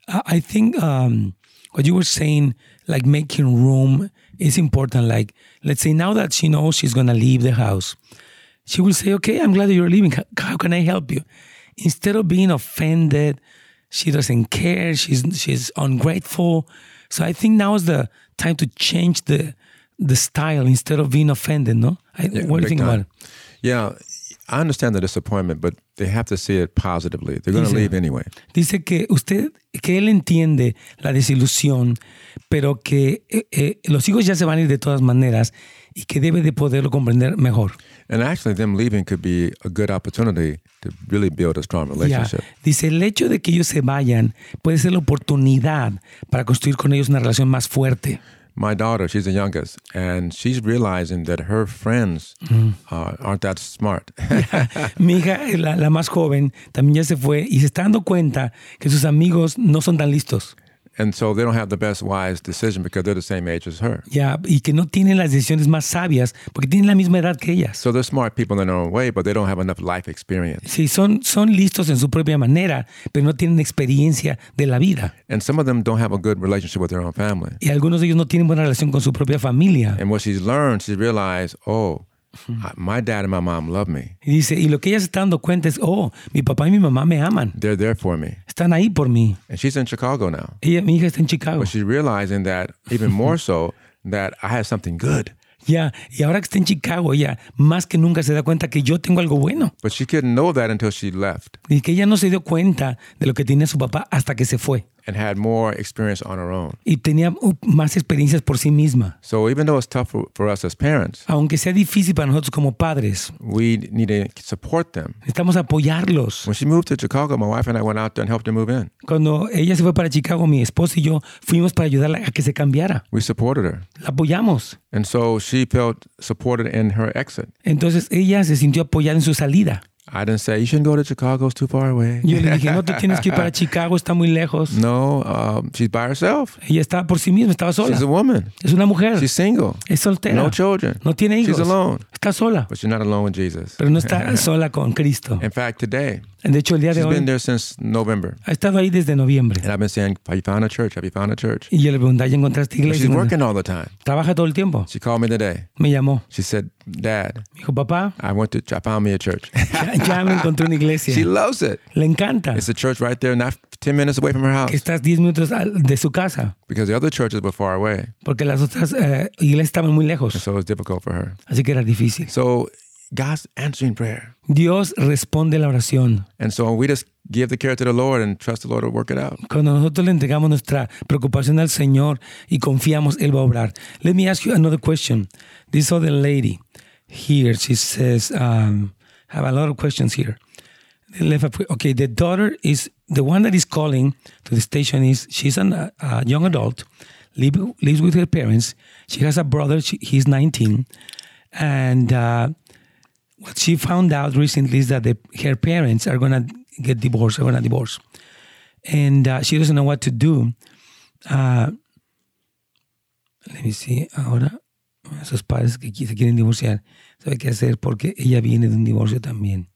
Speaker 1: I I think um, what you were saying, like making room is important. Like, let's say now that she knows she's going to leave the house, she will say, Okay, I'm glad that you're leaving. How, how can I help you? Instead of being offended, she doesn't care, she's, she's ungrateful. So I think now is the time to change the the style instead of being offended, no? I, what do you
Speaker 4: Big
Speaker 1: think
Speaker 4: time.
Speaker 1: about it?
Speaker 4: Yeah, I understand the disappointment, but they have to see it positively. They're going to
Speaker 1: Easy.
Speaker 4: leave anyway.
Speaker 1: Dice que usted, que él entiende la desilusión, pero que eh, eh, los hijos ya se van a ir de todas maneras y que debe de poderlo comprender mejor.
Speaker 4: And actually, them leaving could be a good opportunity to really build a strong
Speaker 1: Ya.
Speaker 4: relationship.
Speaker 1: Dice, el hecho de que ellos se vayan puede ser la oportunidad para construir con ellos una relación más fuerte.
Speaker 4: My daughter, she's the youngest, and she's realizing that her friends
Speaker 1: Mm-hmm.
Speaker 4: uh, aren't that smart.
Speaker 1: Mi hija, eh, la, la más joven, también ya se fue y se está dando cuenta que sus amigos no son tan listos.
Speaker 4: And so they don't have the best wise decision because they're the same age as her.
Speaker 1: Ya, y que no tienen las decisiones más sabias porque tienen la misma edad que ellas.
Speaker 4: So they're smart people in their own way, but they don't have enough life experience.
Speaker 1: Sí, son, son listos en su propia manera, pero no tienen experiencia de la vida.
Speaker 4: And some of them don't have a good relationship with their own family.
Speaker 1: Y algunos de ellos no tienen buena relación con su propia familia.
Speaker 4: And what she's learned, she's realized, oh, I- my dad and my mom love me.
Speaker 1: Y dice, y lo que ella se está dando cuenta es, oh, mi papá y mi mamá me aman,
Speaker 4: They're there for me.
Speaker 1: están ahí por mí.
Speaker 4: And she's in Chicago now.
Speaker 1: Ella, mi hija está en Chicago.
Speaker 4: But she's realizing that even more so that I have something good.
Speaker 1: Ya, y ahora que está en Chicago, ella más que nunca se da cuenta que yo tengo algo bueno.
Speaker 4: But she couldn't know that until she left
Speaker 1: Y que ella no se dio cuenta de lo que tenía su papá hasta que se fue.
Speaker 4: and had more experience on her own.
Speaker 1: Y tenía uh, más experiencias por sí misma.
Speaker 4: So even though it's tough for, for us as parents,
Speaker 1: Aunque sea difícil para nosotros como padres,
Speaker 4: we need to support them.
Speaker 1: necesitamos apoyarlos.
Speaker 4: When she moved to Chicago, my wife and I went out there and helped her move in.
Speaker 1: Cuando ella se fue para Chicago, mi esposo y yo fuimos para ayudarla a que se cambiara.
Speaker 4: We supported her.
Speaker 1: La apoyamos.
Speaker 4: And so she felt supported in her exit.
Speaker 1: Entonces ella se sintió apoyada en su salida.
Speaker 4: I didn't say, you shouldn't go to Chicago, it's too far away.
Speaker 1: Yo le dije, no te tienes que ir para Chicago, está muy lejos.
Speaker 4: No, um, she's by herself.
Speaker 1: Ella estaba por sí misma, estaba sola.
Speaker 4: She's a woman.
Speaker 1: Es una mujer.
Speaker 4: She's single.
Speaker 1: Es soltera.
Speaker 4: No children.
Speaker 1: No tiene
Speaker 4: She's
Speaker 1: hijos.
Speaker 4: alone. Pues,
Speaker 1: Está sola.
Speaker 4: But she's not alone with Jesus.
Speaker 1: Pero no está sola con Cristo.
Speaker 4: In fact, today,
Speaker 1: De hecho, el día de
Speaker 4: Eh, she's been
Speaker 1: hoy
Speaker 4: there Eh, since November.
Speaker 1: ha estado ahí desde noviembre.
Speaker 4: And I've been saying, have you found a church? Have you found a church?
Speaker 1: Y yo le pregunté, ¿ya encontraste
Speaker 4: But
Speaker 1: iglesia?
Speaker 4: she's
Speaker 1: Y me dijo,
Speaker 4: working all the time.
Speaker 1: Trabaja todo el tiempo.
Speaker 4: She called me today.
Speaker 1: Me llamó.
Speaker 4: She said, Dad,
Speaker 1: Me dijo, papá,
Speaker 4: I went to, I found me a church.
Speaker 1: ya, ya me encontré una iglesia.
Speaker 4: she loves it.
Speaker 1: Le encanta
Speaker 4: It's a church right there, not 10 minutes away from her
Speaker 1: que
Speaker 4: house.
Speaker 1: estás 10 minutos al- de su casa,
Speaker 4: Because the other churches were far away.
Speaker 1: porque las otras eh, iglesias estaban muy
Speaker 4: And
Speaker 1: lejos.
Speaker 4: so it was difficult for her.
Speaker 1: Así que era difícil.
Speaker 4: So God's answering prayer.
Speaker 1: Dios responde la oración.
Speaker 4: And so we just give the care to the Lord and trust the Lord to work it out.
Speaker 1: Cuando nosotros le entregamos nuestra preocupación al Señor y confiamos, Él va a obrar. Let me ask you another question. This other lady here, she says, um, have a lot of questions here. They left a- Okay, the daughter is the one that is calling to the station. Is she's an, uh, a young adult, live, lives with her parents. She has a brother. She, he's 19, and uh, what she found out recently is that the, her parents are gonna get divorced. Are gonna divorce and uh, she doesn't know what to do. Uh, let me see. Ahora, esos padres que qui- se quieren divorciar, ¿sabe qué hacer? Porque ella viene de un divorcio también.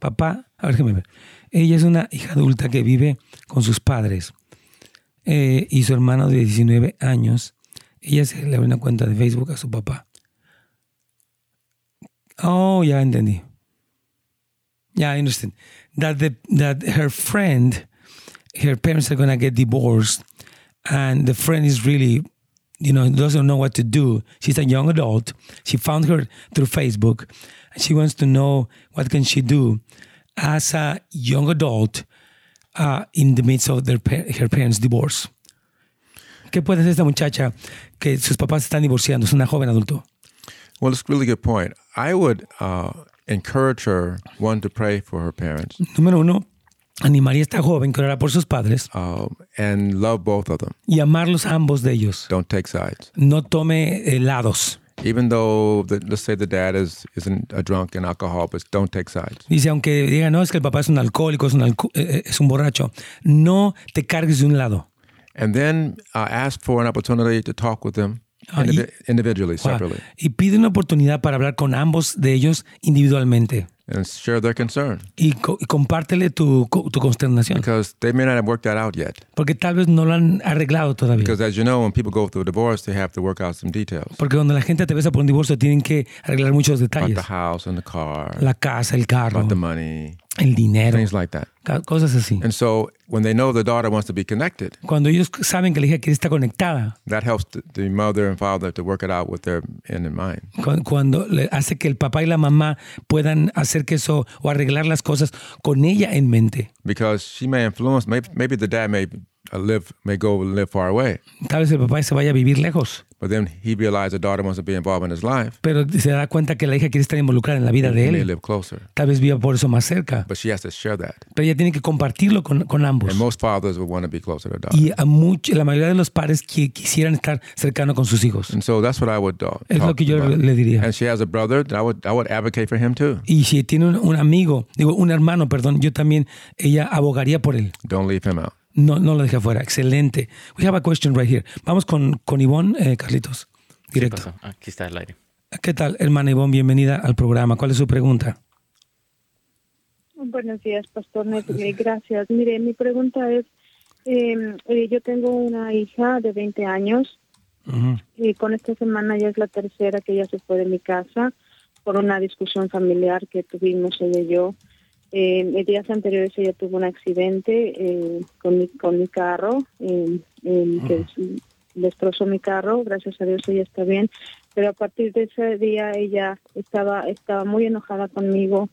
Speaker 1: Papá, a ver, déjeme ver. Ella es una hija adulta que vive con sus padres eh, y su hermano de 19 años. Ella se le abre una cuenta de Facebook a su papá. Oh, ya entendí. Yeah, I understand. That the that her friend, her parents are gonna get divorced, and the friend is really, you know, doesn't know what to do. She's a young adult. She found her through Facebook, and she wants to know what can she do as a young adult uh, in the midst of their pa- her parents' divorce. ¿Qué puede hacer esta muchacha que sus papás están divorciando? Es una joven adulto.
Speaker 4: Well, it's a really good point. I would uh, encourage her, one, to pray for her parents
Speaker 1: Número uno, animaría a esta joven que orara por sus padres
Speaker 4: um, and love both of them.
Speaker 1: y amarlos a ambos de ellos.
Speaker 4: Don't take sides.
Speaker 1: no tome eh, lados.
Speaker 4: Even though, the, let's say the dad is, isn't a drunk and alcohol, but don't take sides.
Speaker 1: Dice, aunque diga, no, es que el papá es un alcohólico, es un, alco- eh, eh, es un borracho, no te cargues de un lado.
Speaker 4: And then uh, ask for an opportunity to talk with them
Speaker 1: Ah,
Speaker 4: indivi-
Speaker 1: y-
Speaker 4: individually,
Speaker 1: O sea,
Speaker 4: separately,
Speaker 1: y pide una oportunidad para hablar con ambos de ellos individualmente
Speaker 4: and share their concern
Speaker 1: y, co- y compártele tu, co- tu consternación,
Speaker 4: because they may not have worked that out yet.
Speaker 1: porque tal vez no lo han arreglado todavía.
Speaker 4: Because as you know, when people go through a divorce, they have to work out some details
Speaker 1: Porque cuando la gente te besa por un divorcio tienen que arreglar muchos
Speaker 4: about
Speaker 1: detalles.
Speaker 4: the house and the car,
Speaker 1: La casa, el carro,
Speaker 4: about the money,
Speaker 1: el dinero,
Speaker 4: things like that.
Speaker 1: ca- cosas así.
Speaker 4: And so when they know the daughter wants to be connected,
Speaker 1: Cuando ellos saben que la hija quiere estar conectada,
Speaker 4: that helps the, the mother and father to work it out with their end in mind.
Speaker 1: Cu- cuando le hace que el papá y la mamá puedan hacer que eso o arreglar las cosas con ella en mente.
Speaker 4: Because she may influence, maybe, maybe the dad may uh, live, may go and live far away,
Speaker 1: Tal vez el papá se vaya a vivir lejos,
Speaker 4: but then he realized the daughter wants to be involved in his life.
Speaker 1: pero se da cuenta que la hija quiere estar involucrada en la vida de
Speaker 4: He may
Speaker 1: él.
Speaker 4: live closer,
Speaker 1: Tal vez viva por eso más cerca,
Speaker 4: but she has to share that.
Speaker 1: pero ella tiene que compartirlo con, con ambos.
Speaker 4: And most fathers would want to be closer to their daughter.
Speaker 1: Y a much- la mayoría de los padres que quisieran estar cercano con sus hijos.
Speaker 4: And so that's what I would uh,
Speaker 1: Es lo
Speaker 4: talk
Speaker 1: que yo
Speaker 4: about.
Speaker 1: le diría.
Speaker 4: And she has a brother that I would, I would advocate for him too.
Speaker 1: Y si tiene un, un amigo, digo, un hermano, perdón, yo también, ella abogaría por él.
Speaker 4: Don't leave him out.
Speaker 1: No, no lo dejé afuera. Excelente. We have a question right here. Vamos con, con Ivonne, eh, Carlitos. Directo.
Speaker 3: pasó? Aquí está el aire.
Speaker 1: ¿Qué tal, hermana Ivonne? Bienvenida al programa. ¿Cuál es su pregunta?
Speaker 5: Buenos días, Pastor Neto. Mil gracias. Mire, mi pregunta es, eh, eh, yo tengo una hija de 20 años
Speaker 1: Ujú.
Speaker 5: y con esta semana ya es la tercera que ella se fue de mi casa por una discusión familiar que tuvimos ella y yo. Eh, en días anteriores ella tuvo un accidente eh, con, mi, con mi carro, eh, eh, que des- destrozó mi carro, gracias a Dios ella está bien, pero a partir de ese día ella estaba, estaba muy enojada conmigo.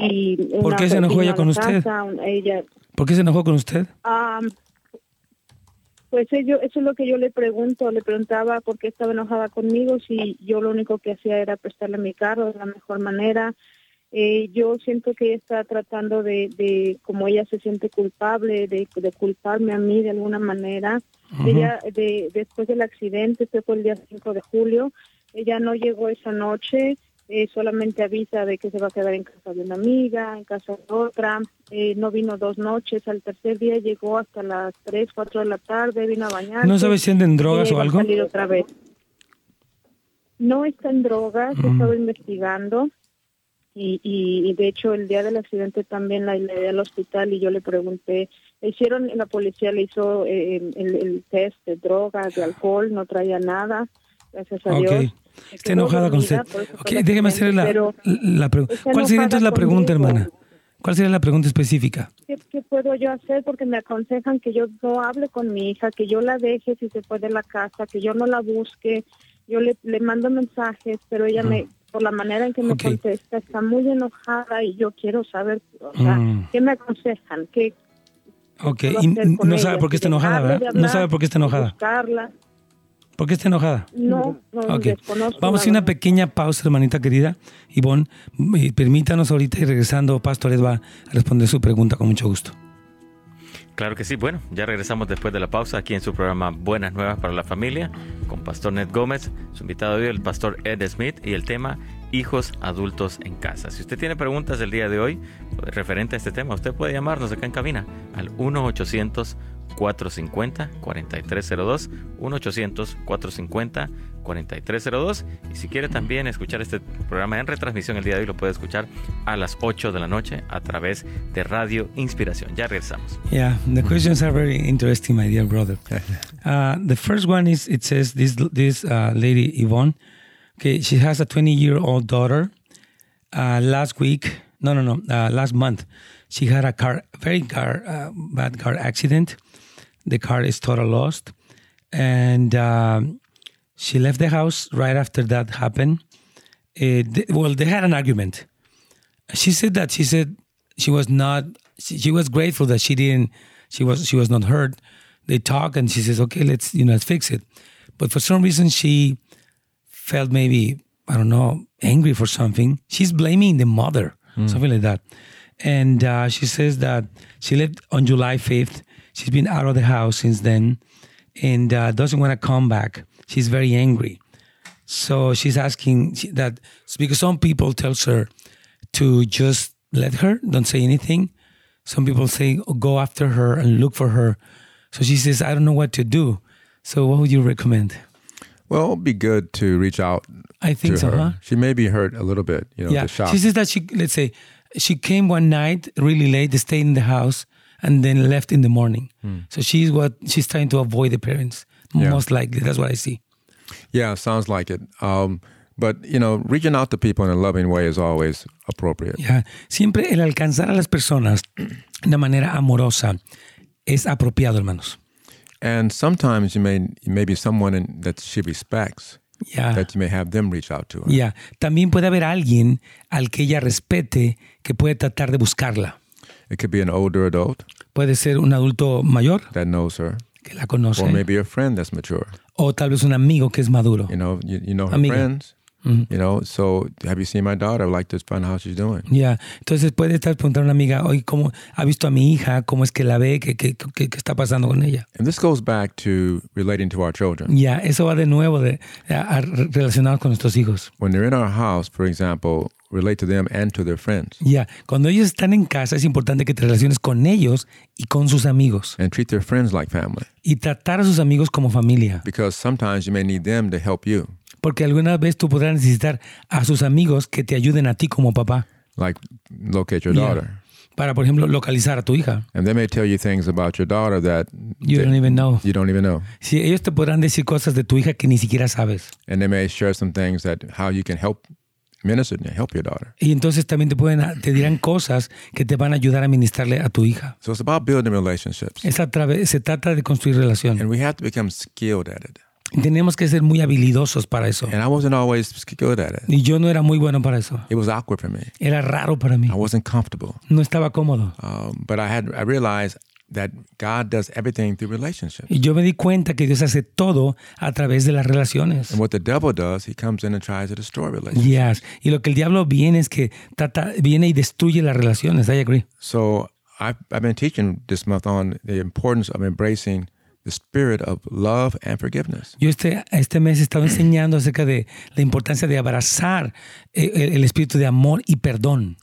Speaker 5: Y
Speaker 1: ¿Por
Speaker 5: una
Speaker 1: qué se enojó
Speaker 5: vecina
Speaker 1: ella con
Speaker 5: de
Speaker 1: usted?
Speaker 5: casa, un- ella,
Speaker 1: ¿Por qué se enojó con usted?
Speaker 5: Ah, pues ello- eso es lo que yo le pregunto. Le preguntaba por qué estaba enojada conmigo, si yo lo único que hacía era prestarle mi carro de la mejor manera. Eh, yo siento que ella está tratando de, de, como ella se siente culpable, de, de culparme a mí de alguna manera. Ella, de, después del accidente, este fue el día 5 de julio, ella no llegó esa noche, eh, solamente avisa de que se va a quedar en casa de una amiga, en casa de otra, eh, no vino dos noches, al tercer día llegó hasta las 3, 4 de la tarde, vino a bañarse.
Speaker 1: ¿No sabe si anden drogas
Speaker 5: y
Speaker 1: o
Speaker 5: iba a
Speaker 1: algo?
Speaker 5: salir otra vez. No está en drogas,
Speaker 1: Mm.
Speaker 5: he estado investigando. Y, y, y de hecho el día del accidente también la llevé al hospital y yo le pregunté, le hicieron, la policía le hizo eh, el, el test de drogas, de alcohol, no traía nada, gracias a
Speaker 1: Ok.
Speaker 5: Dios. Me
Speaker 1: Está
Speaker 5: quedó
Speaker 1: enojada con usted.
Speaker 5: dormida, por eso
Speaker 1: Ok,
Speaker 5: fue el
Speaker 1: déjeme
Speaker 5: accidente,
Speaker 1: hacerle la,
Speaker 5: pero,
Speaker 1: la pregunta.
Speaker 5: está
Speaker 1: ¿Cuál sería
Speaker 5: enojada
Speaker 1: entonces la pregunta,
Speaker 5: conmigo.
Speaker 1: hermana? ¿Cuál sería la pregunta específica?
Speaker 5: ¿qué, qué puedo yo hacer? Porque me aconsejan que yo no hable con mi hija, que yo la deje si se puede de la casa, que yo no la busque. Yo le, le mando mensajes, pero ella me, por la manera en que me
Speaker 1: Ok.
Speaker 5: contesta, está muy enojada y yo quiero saber, o sea,
Speaker 1: Mm.
Speaker 5: ¿qué me aconsejan? ¿Qué,
Speaker 1: Ok,
Speaker 5: ¿Qué va a
Speaker 1: y
Speaker 5: hacer con
Speaker 1: no
Speaker 5: ella?
Speaker 1: sabe por qué está enojada,
Speaker 5: Dejarle de
Speaker 1: ¿verdad? No
Speaker 5: hablar,
Speaker 1: sabe por qué está enojada.
Speaker 5: Buscarla.
Speaker 1: ¿Por qué está enojada?
Speaker 5: No, no
Speaker 1: Ok.
Speaker 5: desconozco.
Speaker 1: Vamos a
Speaker 5: la
Speaker 1: una
Speaker 5: verdad.
Speaker 1: pequeña pausa, hermanita querida. Ivonne, eh, permítanos ahorita y regresando, Pastores va a responder su pregunta con mucho gusto.
Speaker 3: Claro que sí. Bueno, ya regresamos después de la pausa aquí en su programa Buenas Nuevas para la Familia con Pastor Ned Gómez, su invitado de hoy, el Pastor Ed Smith, y el tema Hijos Adultos en Casa. Si usted tiene preguntas del día de hoy eh, referente a este tema, usted puede llamarnos acá en cabina al 1-800-450-4302, 1-800-450-4302. Y si quiere también escuchar este programa en retransmisión el día de hoy, lo puede escuchar a las 8 de la noche a través de Radio Inspiración. Ya regresamos.
Speaker 1: Yeah, the questions are very interesting, my dear brother. Uh, the first one is it says this this uh, lady Yvonne, okay, she has a 20 year old daughter. Uh, last week, no, no, no, uh, last month, she had a car, very car, uh, bad car accident. The car is total lost, and um, she left the house right after that happened. Uh, th- well, they had an argument she said that she said she was not she, she was grateful that she didn't she was she was not hurt they talk and she says okay let's you know let's fix it but for some reason she felt maybe i don't know angry for something she's blaming the mother something like that and uh, she says that she left on july 5th she's been out of the house since then and uh, doesn't want to come back she's very angry so she's asking she- that because some people tells her to just let her, don't say anything. Some people say "Oh, go after her and look for her. So she says, I don't know what to do. So what would you recommend?
Speaker 4: Well, it'd be good to reach out.
Speaker 1: I think
Speaker 4: to
Speaker 1: so,
Speaker 4: her.
Speaker 1: huh?
Speaker 4: She may be hurt a little bit, you know,
Speaker 1: Yeah.
Speaker 4: the shock.
Speaker 1: She says that she let's say she came one night really late, they stayed in the house and then left in the morning. So she's what she's trying to avoid the parents.
Speaker 4: Hmm. Yeah.
Speaker 1: Most likely. That's what I see.
Speaker 4: yeah, sounds like it. Um, but you know, reaching out to people in a loving way is always appropriate.
Speaker 1: Ya, Siempre el alcanzar a las personas de una manera amorosa es apropiado, hermanos.
Speaker 4: And sometimes you may maybe someone in, that she respects
Speaker 1: Ya.
Speaker 4: that you may have them reach out to her.
Speaker 1: Ya, también puede haber alguien al que ella respete que puede tratar de buscarla.
Speaker 4: It could be an older adult
Speaker 1: Puede ser un adulto mayor
Speaker 4: that knows her,
Speaker 1: que la conoce,
Speaker 4: or maybe a friend that's mature.
Speaker 1: o tal vez un amigo que es maduro.
Speaker 4: You know, you, you know her
Speaker 1: Amiga.
Speaker 4: friends. You know, so have you seen my daughter? I'd like to find out how she's doing.
Speaker 1: Ya, entonces puede estar preguntando a una amiga, oye, ¿cómo ha visto a mi hija? ¿Cómo es que la ve? ¿Qué, qué, qué- qué está pasando con ella?
Speaker 4: And this goes back to relating to our children.
Speaker 1: Ya, eso va de nuevo de, a- a- relacionado con nuestros hijos.
Speaker 4: When they're in our house, for example, relate to them and to their friends.
Speaker 1: Ya, cuando ellos están en casa es importante que te relaciones con ellos y con sus amigos
Speaker 4: And treat their friends like family
Speaker 1: y tratar a sus amigos como familia,
Speaker 4: because sometimes you may need them to help you.
Speaker 1: porque alguna vez tú podrás necesitar a sus amigos que te ayuden a ti como papá
Speaker 4: like locate your
Speaker 1: Yeah.
Speaker 4: daughter.
Speaker 1: para, por ejemplo, localizar a tu hija.
Speaker 4: And they may tell you things about your daughter that
Speaker 1: You
Speaker 4: that
Speaker 1: don't even know.
Speaker 4: You don't even know.
Speaker 1: Sí, ellos te podrán decir cosas de tu hija que ni siquiera sabes.
Speaker 4: And they may share some things that how you can help minister and help your daughter.
Speaker 1: Y entonces también te pueden te dirán cosas que te van a ayudar a ministrarle a tu hija.
Speaker 4: So it's about building relationships.
Speaker 1: Es a través, se trata de construir relación.
Speaker 4: And we have to become skilled at it.
Speaker 1: Y Tenemos que ser muy habilidosos para eso.
Speaker 4: And I wasn't always skilled at it.
Speaker 1: Y yo no era muy bueno para eso.
Speaker 4: It was awkward for me.
Speaker 1: Era raro para mí.
Speaker 4: I wasn't comfortable.
Speaker 1: No estaba cómodo.
Speaker 4: Um, but I had I realized that God does everything through relationships.
Speaker 1: Y yo me di cuenta que Dios hace todo a través de las relaciones.
Speaker 4: And what the devil does, he comes in and tries to destroy relationships.
Speaker 1: Yes. Y lo que el diablo viene es que trata, viene y destruye las relaciones. I agree.
Speaker 4: So I've, I've been teaching this month on the importance of embracing the spirit of love and forgiveness.
Speaker 1: Yo este, este mes he estado enseñando acerca de la importancia de abrazar eh, el, el espíritu de amor y perdón.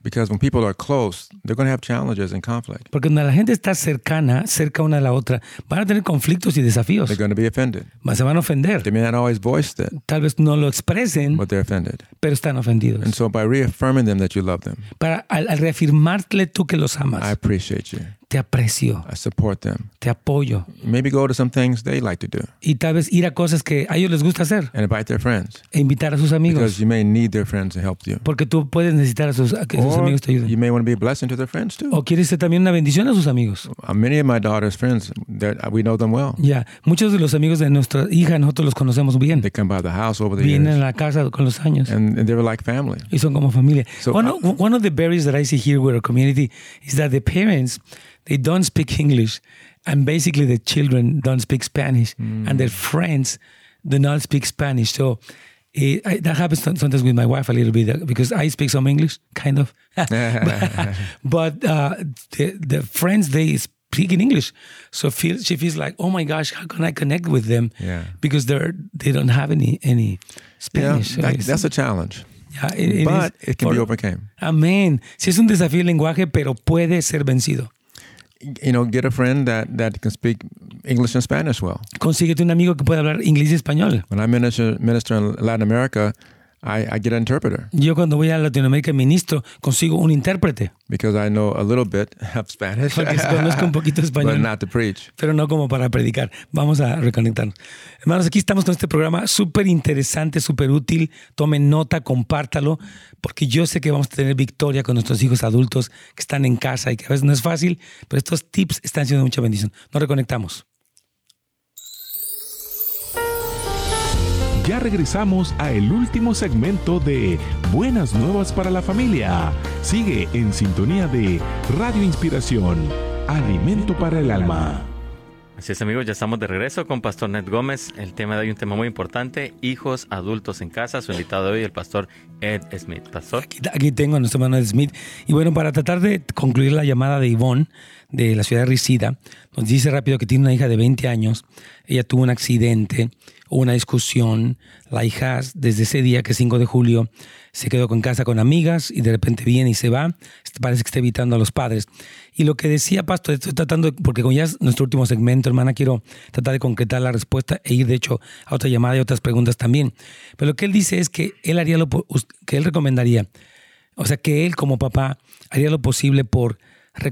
Speaker 4: Because when people are close, they're going to have challenges and conflict.
Speaker 1: Porque cuando la gente está cercana, cerca una a la otra, van a tener conflictos y desafíos.
Speaker 4: They're going to be offended.
Speaker 1: Se van a
Speaker 4: They
Speaker 1: ofender.
Speaker 4: may not always voice it,
Speaker 1: Tal vez no lo expresen,
Speaker 4: but they're offended.
Speaker 1: pero están
Speaker 4: And
Speaker 1: ofendidos.
Speaker 4: so by reaffirming them that you love them,
Speaker 1: Para, al, al reafirmarle tú que los
Speaker 4: I
Speaker 1: amas,
Speaker 4: appreciate you.
Speaker 1: te aprecio,
Speaker 4: I support them.
Speaker 1: te apoyo.
Speaker 4: Maybe go to some things they like to do
Speaker 1: Y tal vez ir a cosas que a ellos les gusta hacer
Speaker 4: and invite their friends.
Speaker 1: e invitar a sus
Speaker 4: Because
Speaker 1: amigos.
Speaker 4: you may need their friends to help you.
Speaker 1: Porque tú puedes necesitar a, sus, a que sus
Speaker 4: Or
Speaker 1: amigos te
Speaker 4: you
Speaker 1: ayuden.
Speaker 4: may want to be a blessing to their friends too.
Speaker 1: O quieres ser también una bendición a sus amigos.
Speaker 4: Uh, Many of my daughter's friends, they're- we know them well.
Speaker 1: Ya, muchos de los amigos de nuestra hija, nosotros los conocemos bien.
Speaker 4: They come by the house over the
Speaker 1: Vienen
Speaker 4: years.
Speaker 1: a la casa con los años.
Speaker 4: and, and they were like family.
Speaker 1: Y son como familia.
Speaker 4: So, uh,
Speaker 1: one, of- one of the barriers that I see here with our community is that the parents, they don't speak English. And basically the children don't speak Spanish. And their
Speaker 4: Mm.
Speaker 1: friends do not speak Spanish. So eh, I, that happens som- sometimes with my wife a little bit uh, because I speak some English, kind of. but but, uh, the, the friends, they speak in English. So feel, she feels like, oh my gosh, how can I connect with them?
Speaker 4: Yeah.
Speaker 1: Because they're, they don't have any, any
Speaker 4: Yeah,
Speaker 1: Spanish. So
Speaker 4: that-
Speaker 1: it's-
Speaker 4: that's a challenge,
Speaker 1: Yeah, it- it
Speaker 4: but
Speaker 1: is
Speaker 4: it can be
Speaker 1: for-
Speaker 4: overcame.
Speaker 1: Amén. Sí es un desafío el lenguaje, pero puede ser vencido.
Speaker 4: You know, get a friend that that can speak English and Spanish well.
Speaker 1: Consíguete un amigo que pueda hablar inglés y español.
Speaker 4: When I minister minister in Latin America, I, I get an interpreter
Speaker 1: Yo cuando voy a Latinoamérica ministro, consigo un intérprete,
Speaker 4: because I know a little bit of Spanish,
Speaker 1: Porque conozco un poquito español.
Speaker 4: but not to preach.
Speaker 1: pero no como para predicar. Vamos a reconectarnos. Hermanos, aquí estamos con este programa súper interesante, súper útil. Tomen nota, compártalo, porque yo sé que vamos a tener victoria con nuestros hijos adultos que están en casa y que a veces no es fácil, pero estos tips están siendo mucha bendición. Nos reconectamos.
Speaker 2: Ya regresamos a el último segmento de Buenas Nuevas para la Familia. Sigue en sintonía de Radio Inspiración, Alimento para el Alma.
Speaker 3: Así es amigos, ya estamos de regreso con Pastor Ned Gómez. El tema de hoy es un tema muy importante, hijos adultos en casa. Su invitado de hoy, el Pastor Ed Smith. Pastor,
Speaker 1: Aquí, aquí tengo a nuestro hermano Ed Smith. Y bueno, para tratar de concluir la llamada de Yvonne de la ciudad de Risida, nos dice rápido que tiene una hija de 20 años. Ella tuvo un accidente, hubo una discusión. La hija, desde ese día, que es 5 de julio, se quedó con casa con amigas y de repente viene y se va. Este, Parece que está evitando a los padres. Y lo que decía Pastor, estoy tratando, de- porque como ya es nuestro último segmento, hermana, quiero tratar de concretar la respuesta e ir, de hecho, a otra llamada y otras preguntas también. Pero lo que él dice es que él haría lo po- que él recomendaría o sea, que él como papá haría lo posible por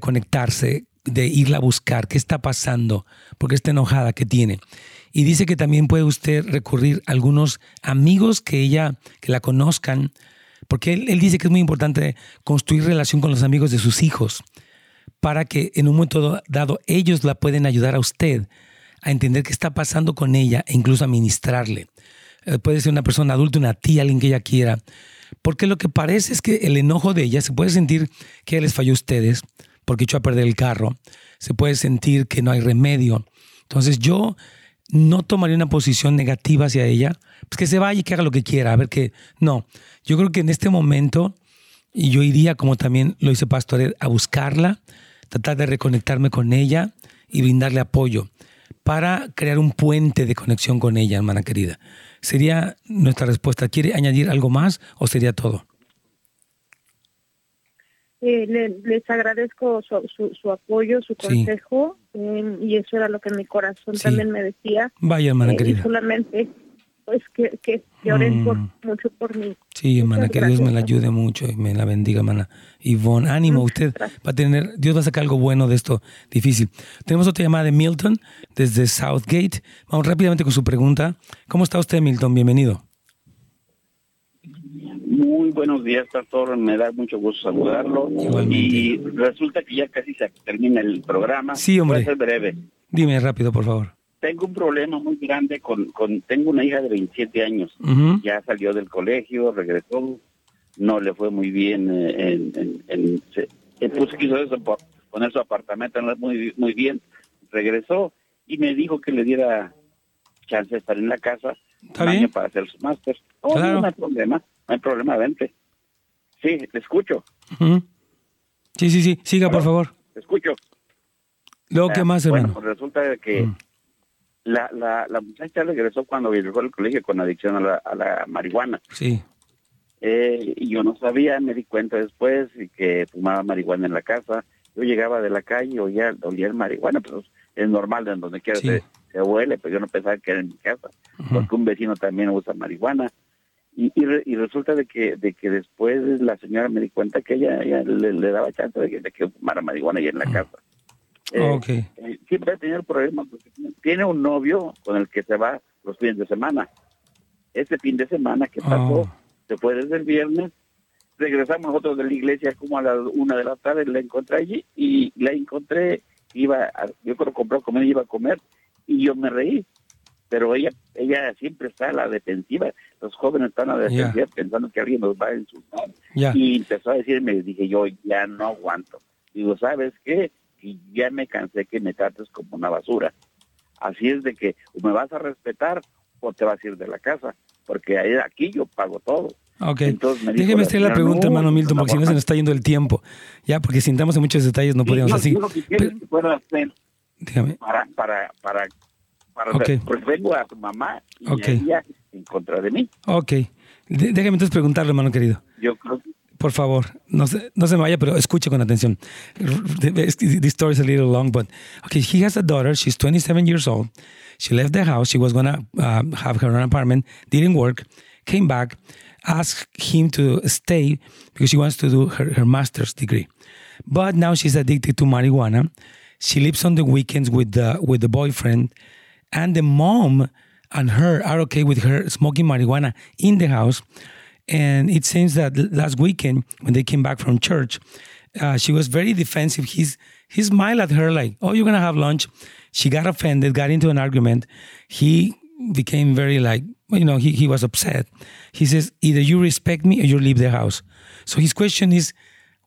Speaker 1: reconectarse, de irla a buscar, qué está pasando, porque está enojada, qué tiene. Y dice que también puede usted recurrir a algunos amigos que ella, que la conozcan, porque él, él dice que es muy importante construir relación con los amigos de sus hijos para que en un momento dado ellos la pueden ayudar a usted a entender qué está pasando con ella e incluso a ministrarle. Eh, Puede ser una persona adulta, una tía, alguien que ella quiera. Porque lo que parece es que el enojo de ella se puede sentir que les falló a ustedes porque echó a perder el carro. Se puede sentir que no hay remedio. Entonces yo no tomaría una posición negativa hacia ella. Pues que se vaya y que haga lo que quiera. A ver que no. Yo creo que en este momento y yo iría, como también lo hizo Pastor, a buscarla, tratar de reconectarme con ella y brindarle apoyo para crear un puente de conexión con ella, hermana querida. Sería nuestra respuesta. ¿Quiere añadir algo más o sería todo?
Speaker 5: Eh, le, les agradezco su, su, su apoyo, su
Speaker 1: Sí.
Speaker 5: consejo, eh, y eso era lo que mi corazón
Speaker 1: Sí.
Speaker 5: también me decía.
Speaker 1: Vaya, hermana
Speaker 5: Eh, y
Speaker 1: querida.
Speaker 5: solamente, pues, que, que que oren por,
Speaker 1: Mm.
Speaker 5: mucho por mí.
Speaker 1: Sí, hermana,
Speaker 5: Muchas
Speaker 1: que Dios me la
Speaker 5: gracias.
Speaker 1: ayude mucho y me la bendiga, hermana. Ivonne, ánimo, usted va a tener, Dios va a sacar algo bueno de esto difícil. Tenemos otra llamada de Milton desde Southgate. Vamos rápidamente con su pregunta. ¿Cómo está usted, Milton? Bienvenido.
Speaker 6: Muy buenos días, Pastor. Me da mucho gusto saludarlo.
Speaker 1: Igualmente.
Speaker 6: Y resulta que ya casi se termina el programa.
Speaker 1: Sí, hombre.
Speaker 6: Voy a ser breve.
Speaker 1: Dime rápido, por favor.
Speaker 6: Tengo un problema muy grande con, con... Tengo una hija de 27 años.
Speaker 1: Ujú.
Speaker 6: Ya salió del colegio, regresó. No le fue muy bien eh, en... en, en- se- eh, pues quiso eso, por- poner su apartamento, no es muy, muy bien. Regresó y me dijo que le diera chance de estar en la casa
Speaker 1: Está
Speaker 6: un año
Speaker 1: bien.
Speaker 6: para hacer su máster. Oh,
Speaker 1: Claro.
Speaker 6: no, no hay problema, no hay problema, vente. Sí, te escucho.
Speaker 1: Ujú. Sí, sí, sí. Siga, por favor.
Speaker 6: Te escucho.
Speaker 1: Luego, ¿qué
Speaker 6: Ah,
Speaker 1: más,
Speaker 6: bueno,
Speaker 1: hermano?
Speaker 6: pues resulta que
Speaker 1: Mm.
Speaker 6: la, la, la muchacha regresó cuando llegó al colegio con adicción a la, a la marihuana.
Speaker 1: Sí.
Speaker 6: Eh, y yo no sabía, me di cuenta después y que fumaba marihuana en la casa. Yo llegaba de la calle y oía, olía el marihuana, pero es normal, en donde quiera
Speaker 1: Sí.
Speaker 6: se, se huele, pero yo no pensaba que era en mi casa,
Speaker 1: Ujú.
Speaker 6: porque un vecino también usa marihuana. Y, y, re- y resulta de que, de que después la señora me di cuenta que ella, ella le, le daba chance de que, de que fumara marihuana ahí en la casa. Eh,
Speaker 1: Mm. Ah, Ok.
Speaker 6: eh, siempre ha tenido el problema porque tiene un novio con el que se va los fines de semana. Este fin de semana que pasó,
Speaker 1: Oh.
Speaker 6: se fue desde el viernes, regresamos nosotros de la iglesia como a las una de la tarde, la encontré allí y la encontré, iba, a- yo creo que compró comer, iba a comer y yo me reí. Pero ella ella siempre está a la defensiva, los jóvenes están a la
Speaker 1: Ya.
Speaker 6: defensiva pensando que alguien nos va a insultar.
Speaker 1: Ya.
Speaker 6: Y empezó a decirme, dije yo, ya no aguanto. Digo, ¿sabes qué? Y ya me cansé que me trates como una basura. Así es de que o me vas a respetar o te vas a ir de la casa, porque ahí- aquí yo pago todo.
Speaker 1: Ok.
Speaker 6: Entonces me dijo
Speaker 1: Déjeme
Speaker 6: la
Speaker 1: hacer la
Speaker 6: señora,
Speaker 1: pregunta,
Speaker 6: no,
Speaker 1: hermano Milton,
Speaker 6: no,
Speaker 1: porque si no se nos está yendo el tiempo. Ya, porque si entramos en muchos detalles no podríamos
Speaker 6: Yo-
Speaker 1: así.
Speaker 6: yo lo que quiero
Speaker 1: Pero-
Speaker 6: es que puedas hacer
Speaker 1: dígame.
Speaker 6: para, para, para, para,
Speaker 1: Ok.
Speaker 6: porque vengo a tu mamá y
Speaker 1: Ok.
Speaker 6: ella en contra de mí.
Speaker 1: Ok. De- déjame entonces preguntarle, hermano querido.
Speaker 6: Yo creo que
Speaker 1: Por favor, no se, no se me vaya, pero escuche con atención. This story is a little long, but okay, he has a daughter. She's 27 years old. She left the house. She was gonna uh, have her own apartment. Didn't work. Came back. Asked him to stay because she wants to do her, her master's degree. But now she's addicted to marijuana. She lives on the weekends with the with the boyfriend, and the mom and her are okay with her smoking marijuana in the house. And it seems that l- last weekend when they came back from church, uh, she was very defensive. He's he smiled at her like, "Oh, you're gonna have lunch." She got offended, got into an argument. He became very like, you know, he he was upset. He says, "Either you respect me or you leave the house." So his question is,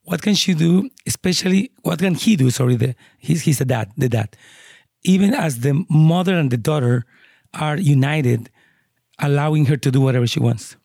Speaker 1: what can she do? Especially, what can he do? Sorry, the he's he's the dad, the dad. Even as the mother and the daughter are united, allowing her to do whatever she wants.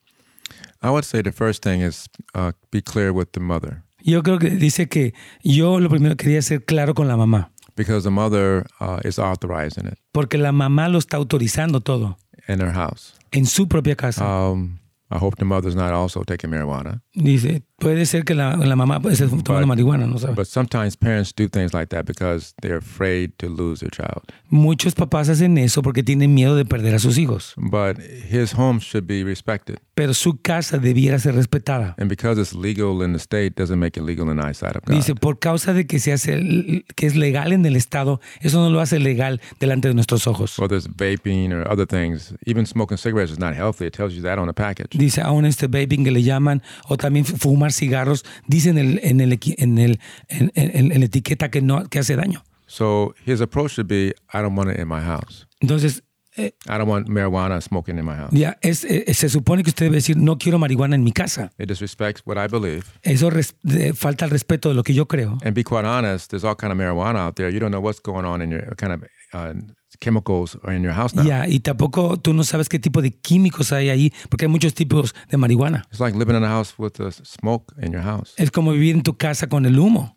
Speaker 4: I would say the first thing is uh, be clear with the mother
Speaker 1: Yo creo que dice que yo lo primero quería ser claro con la mamá,
Speaker 4: because the mother uh, is authorizing it
Speaker 1: porque la mamá lo está autorizando todo
Speaker 4: in her house.
Speaker 1: en su propia casa.
Speaker 4: Um, I hope the mother's not also taking marijuana.
Speaker 1: Dice, puede ser que la, la mamá esté tomando
Speaker 4: But-
Speaker 1: marihuana, no sabes.
Speaker 4: But sometimes parents do things like that because they're afraid to lose their child.
Speaker 1: Muchos papás hacen eso porque tienen miedo de perder a sus hijos,
Speaker 4: But his home should be respected.
Speaker 1: pero su casa debiera ser respetada.
Speaker 4: And because it's legal in the state doesn't make it legal in the eyesight of God.
Speaker 1: Dice, por causa de que se hace que es legal en el estado, eso no lo hace legal delante de nuestros ojos.
Speaker 4: Whether it's vaping or other things, even smoking cigarettes is not healthy. It tells you that on the package.
Speaker 1: Dice, aún este vaping que le llaman, o también fumar cigarros, dice en el, en el, equi- en el, en, en- en la etiqueta que no, que hace daño.
Speaker 4: So his approach should be, I don't want it in my house.
Speaker 1: Entonces, eh,
Speaker 4: I don't want marijuana smoking in my house.
Speaker 1: ya es, eh, se supone que usted debe decir, no quiero marihuana en mi casa.
Speaker 4: It disrespects what I believe.
Speaker 1: Eso res- de- falta el respeto de lo que yo creo.
Speaker 4: And be quite honest, there's all kind of marijuana out there. You don't know what's going on in your what kind of uh, chemicals are in your house now.
Speaker 1: Ya, y tampoco tú no sabes qué tipo de químicos hay ahí, porque hay muchos tipos de marihuana.
Speaker 4: It's like living in a house with uh, smoke in your house.
Speaker 1: Es como vivir en tu casa con el humo.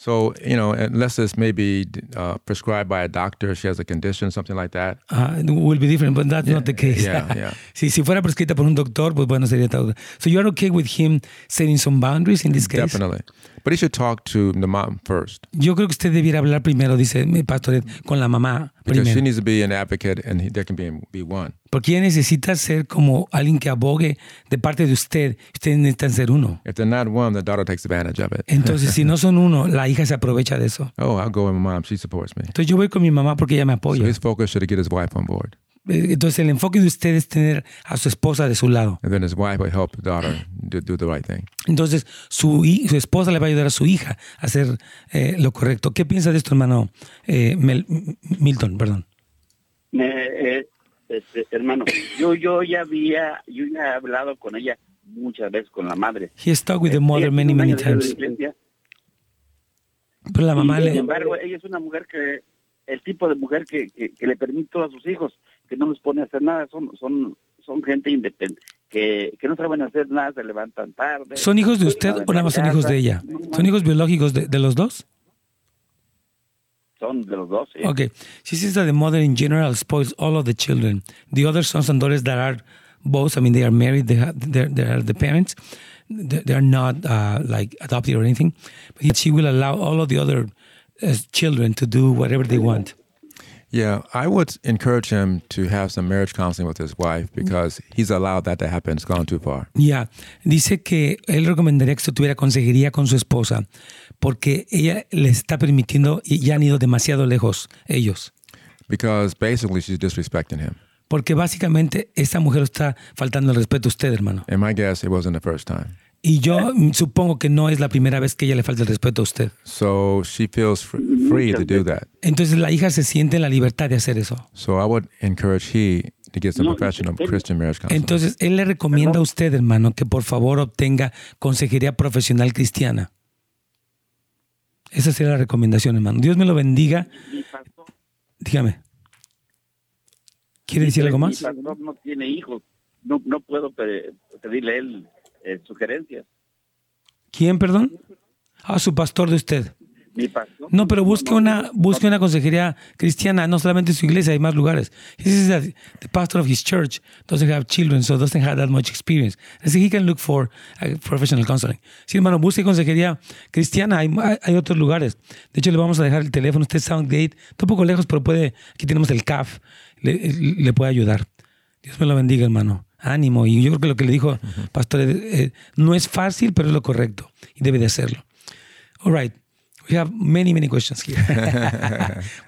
Speaker 4: So, you know, unless it's maybe uh, prescribed by a doctor, she has a condition, something like that.
Speaker 1: Ah, will be different, but that's not the case.
Speaker 4: yeah, yeah.
Speaker 1: si, si fuera prescrita por un doctor, pues bueno, sería tal. So you are okay with him setting some boundaries in this case?
Speaker 4: Definitely. But he should talk to the mom first
Speaker 1: Yo creo que usted debiera hablar primero, dice mi pastoret, con la mamá
Speaker 4: because she
Speaker 1: primero.
Speaker 4: needs to be an advocate, and he, there can be be one.
Speaker 1: Porque ella necesita ser como alguien que abogue de parte de usted. Ustedes necesitan ser uno.
Speaker 4: If they're not one, the daughter takes advantage of it.
Speaker 1: Entonces, si no son uno, la hija se aprovecha de eso.
Speaker 4: Oh, I'll go with my mom. She supports me.
Speaker 1: Entonces, yo voy con mi mamá porque ella me
Speaker 4: So
Speaker 1: apoya.
Speaker 4: his focus should get his wife on board,
Speaker 1: Eh, Entonces, el enfoque de usted es tener a su esposa de su lado.
Speaker 4: and then his wife would help the daughter do, do the right thing.
Speaker 1: Entonces, su, hi- su esposa le va a ayudar a su hija a hacer eh, lo correcto. ¿Qué piensa de esto, hermano eh, Mel- M- Milton? Perdón.
Speaker 6: Me- eh, este, hermano, yo, yo ya había, yo ya he hablado con ella muchas veces, con la madre.
Speaker 1: He has talked with the mother
Speaker 6: Ella
Speaker 1: many,
Speaker 6: tiene un
Speaker 1: many
Speaker 6: año de
Speaker 1: times.
Speaker 6: iglesia,
Speaker 1: Pero la mamá
Speaker 6: y,
Speaker 1: le...
Speaker 6: Sin embargo, ella es una mujer que, el tipo de mujer que, que, que le permite todo a sus hijos, que no les pone a hacer nada, son, son, son gente independiente, que, que no saben hacer nada, se levantan tarde.
Speaker 1: ¿Son hijos de usted o nada más son hijos de ella? ¿Son hijos biológicos de, de los dos?
Speaker 6: Son de los dos. eh. sí.
Speaker 1: Okay. She says that the mother in general spoils all of the children. The other sons and daughters that are both, I mean, they are married, they, ha- they, they are the parents. They, they are not uh, like adopted or anything. But she will allow all of the other uh, children to do whatever they want.
Speaker 4: Yeah, I would encourage him to have some marriage counseling with his wife
Speaker 1: Mm-hmm.
Speaker 4: because he's allowed that to happen. It's gone too far.
Speaker 1: Ya, dice que él recomendaría que usted tuviera consejería con su esposa porque ella le está permitiendo y ya han ido demasiado lejos ellos.
Speaker 4: Because basically, she's disrespecting him.
Speaker 1: Porque básicamente esta mujer está faltando el respeto a usted, hermano.
Speaker 4: And my guess, it wasn't the first time.
Speaker 1: Y yo mm, supongo que no es la primera vez que ella le falta el respeto a usted.
Speaker 4: So she feels fr-
Speaker 6: Mm-hmm.
Speaker 4: free to do that.
Speaker 1: Entonces la hija se siente en la libertad de hacer eso.
Speaker 4: So I would encourage he to get some
Speaker 6: No,
Speaker 4: professional
Speaker 6: it- it-
Speaker 4: Christian marriage counseling.
Speaker 1: Entonces él le recomienda a usted, hermano, que por favor obtenga consejería profesional cristiana. Esa sería la recomendación, hermano. Dios me lo bendiga.
Speaker 6: Mi pastor-
Speaker 1: Dígame. ¿Quiere decir algo más?
Speaker 6: Mi pastor no tiene hijos. No, no puedo pe- pedirle a él eh, sugerencias.
Speaker 1: ¿Quién, perdón? Ah, su pastor de usted.
Speaker 6: Mi pastor.
Speaker 1: No, pero busque
Speaker 6: no,
Speaker 1: una,
Speaker 6: no,
Speaker 1: busque una consejería cristiana, no solamente en su iglesia, hay más lugares. He says that the pastor of his church doesn't have children, so doesn't have that much experience. Así que he can look for uh, professional counseling. Sí, hermano, busque consejería cristiana, hay, hay- hay otros lugares. De hecho, le vamos a dejar el teléfono, usted es Soundgate, está un poco lejos, pero puede, aquí tenemos el CAF, le, le puede ayudar. Dios me lo bendiga, hermano. Ánimo. Y yo creo que lo que le dijo Pastor eh, no es fácil, pero es lo correcto y debe de hacerlo. All right. We have many, many questions here.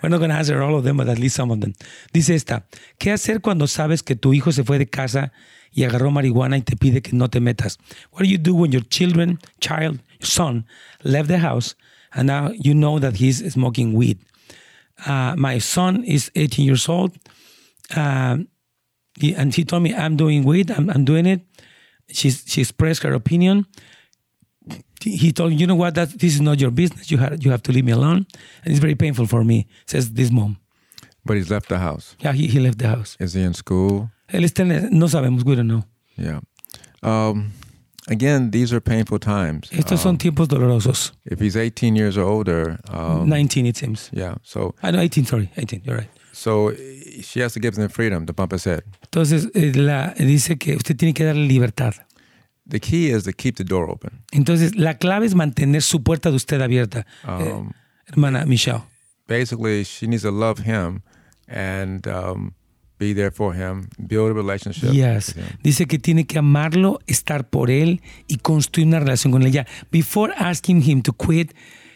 Speaker 1: We're not going to answer all of them, but at least some of them. Dice esta, ¿qué hacer cuando sabes que tu hijo se fue de casa y agarró marihuana y te pide que no te metas? What do you do when your children, child, son left the house and now you know that he's smoking weed? Uh, my son is 18 years old. Um, he- and she told me, I'm doing weed, I'm, I'm doing it. She's, she expressed her opinion he told me, you know what, that this is not your business. You have you have to leave me alone, and it's very painful for me. Says this mom.
Speaker 4: but he's left the house.
Speaker 1: Yeah, he, he left the house.
Speaker 4: Is he in school?
Speaker 1: Él está en- no sabemos, we don't know.
Speaker 4: Yeah. Um, again, these are painful times.
Speaker 1: Estos son
Speaker 4: Um,
Speaker 1: tiempos dolorosos.
Speaker 4: if he's 18 years or older, um,
Speaker 1: 19 it seems.
Speaker 4: yeah. So
Speaker 1: Ah, no, 18, sorry, 18. You're right.
Speaker 4: so she has to give them freedom to bump his head.
Speaker 1: Entonces eh, la, dice que usted tiene que darle libertad.
Speaker 4: The key is to keep the door open.
Speaker 1: Entonces la clave es mantener su puerta de usted abierta, eh,
Speaker 4: Um,
Speaker 1: hermana Michelle.
Speaker 4: Basically, she needs to love him and um, be there for him, build a relationship.
Speaker 1: Yes.
Speaker 4: with him.
Speaker 1: Dice que tiene que amarlo, estar por él y construir una relación con él. Ya, before asking him to quit,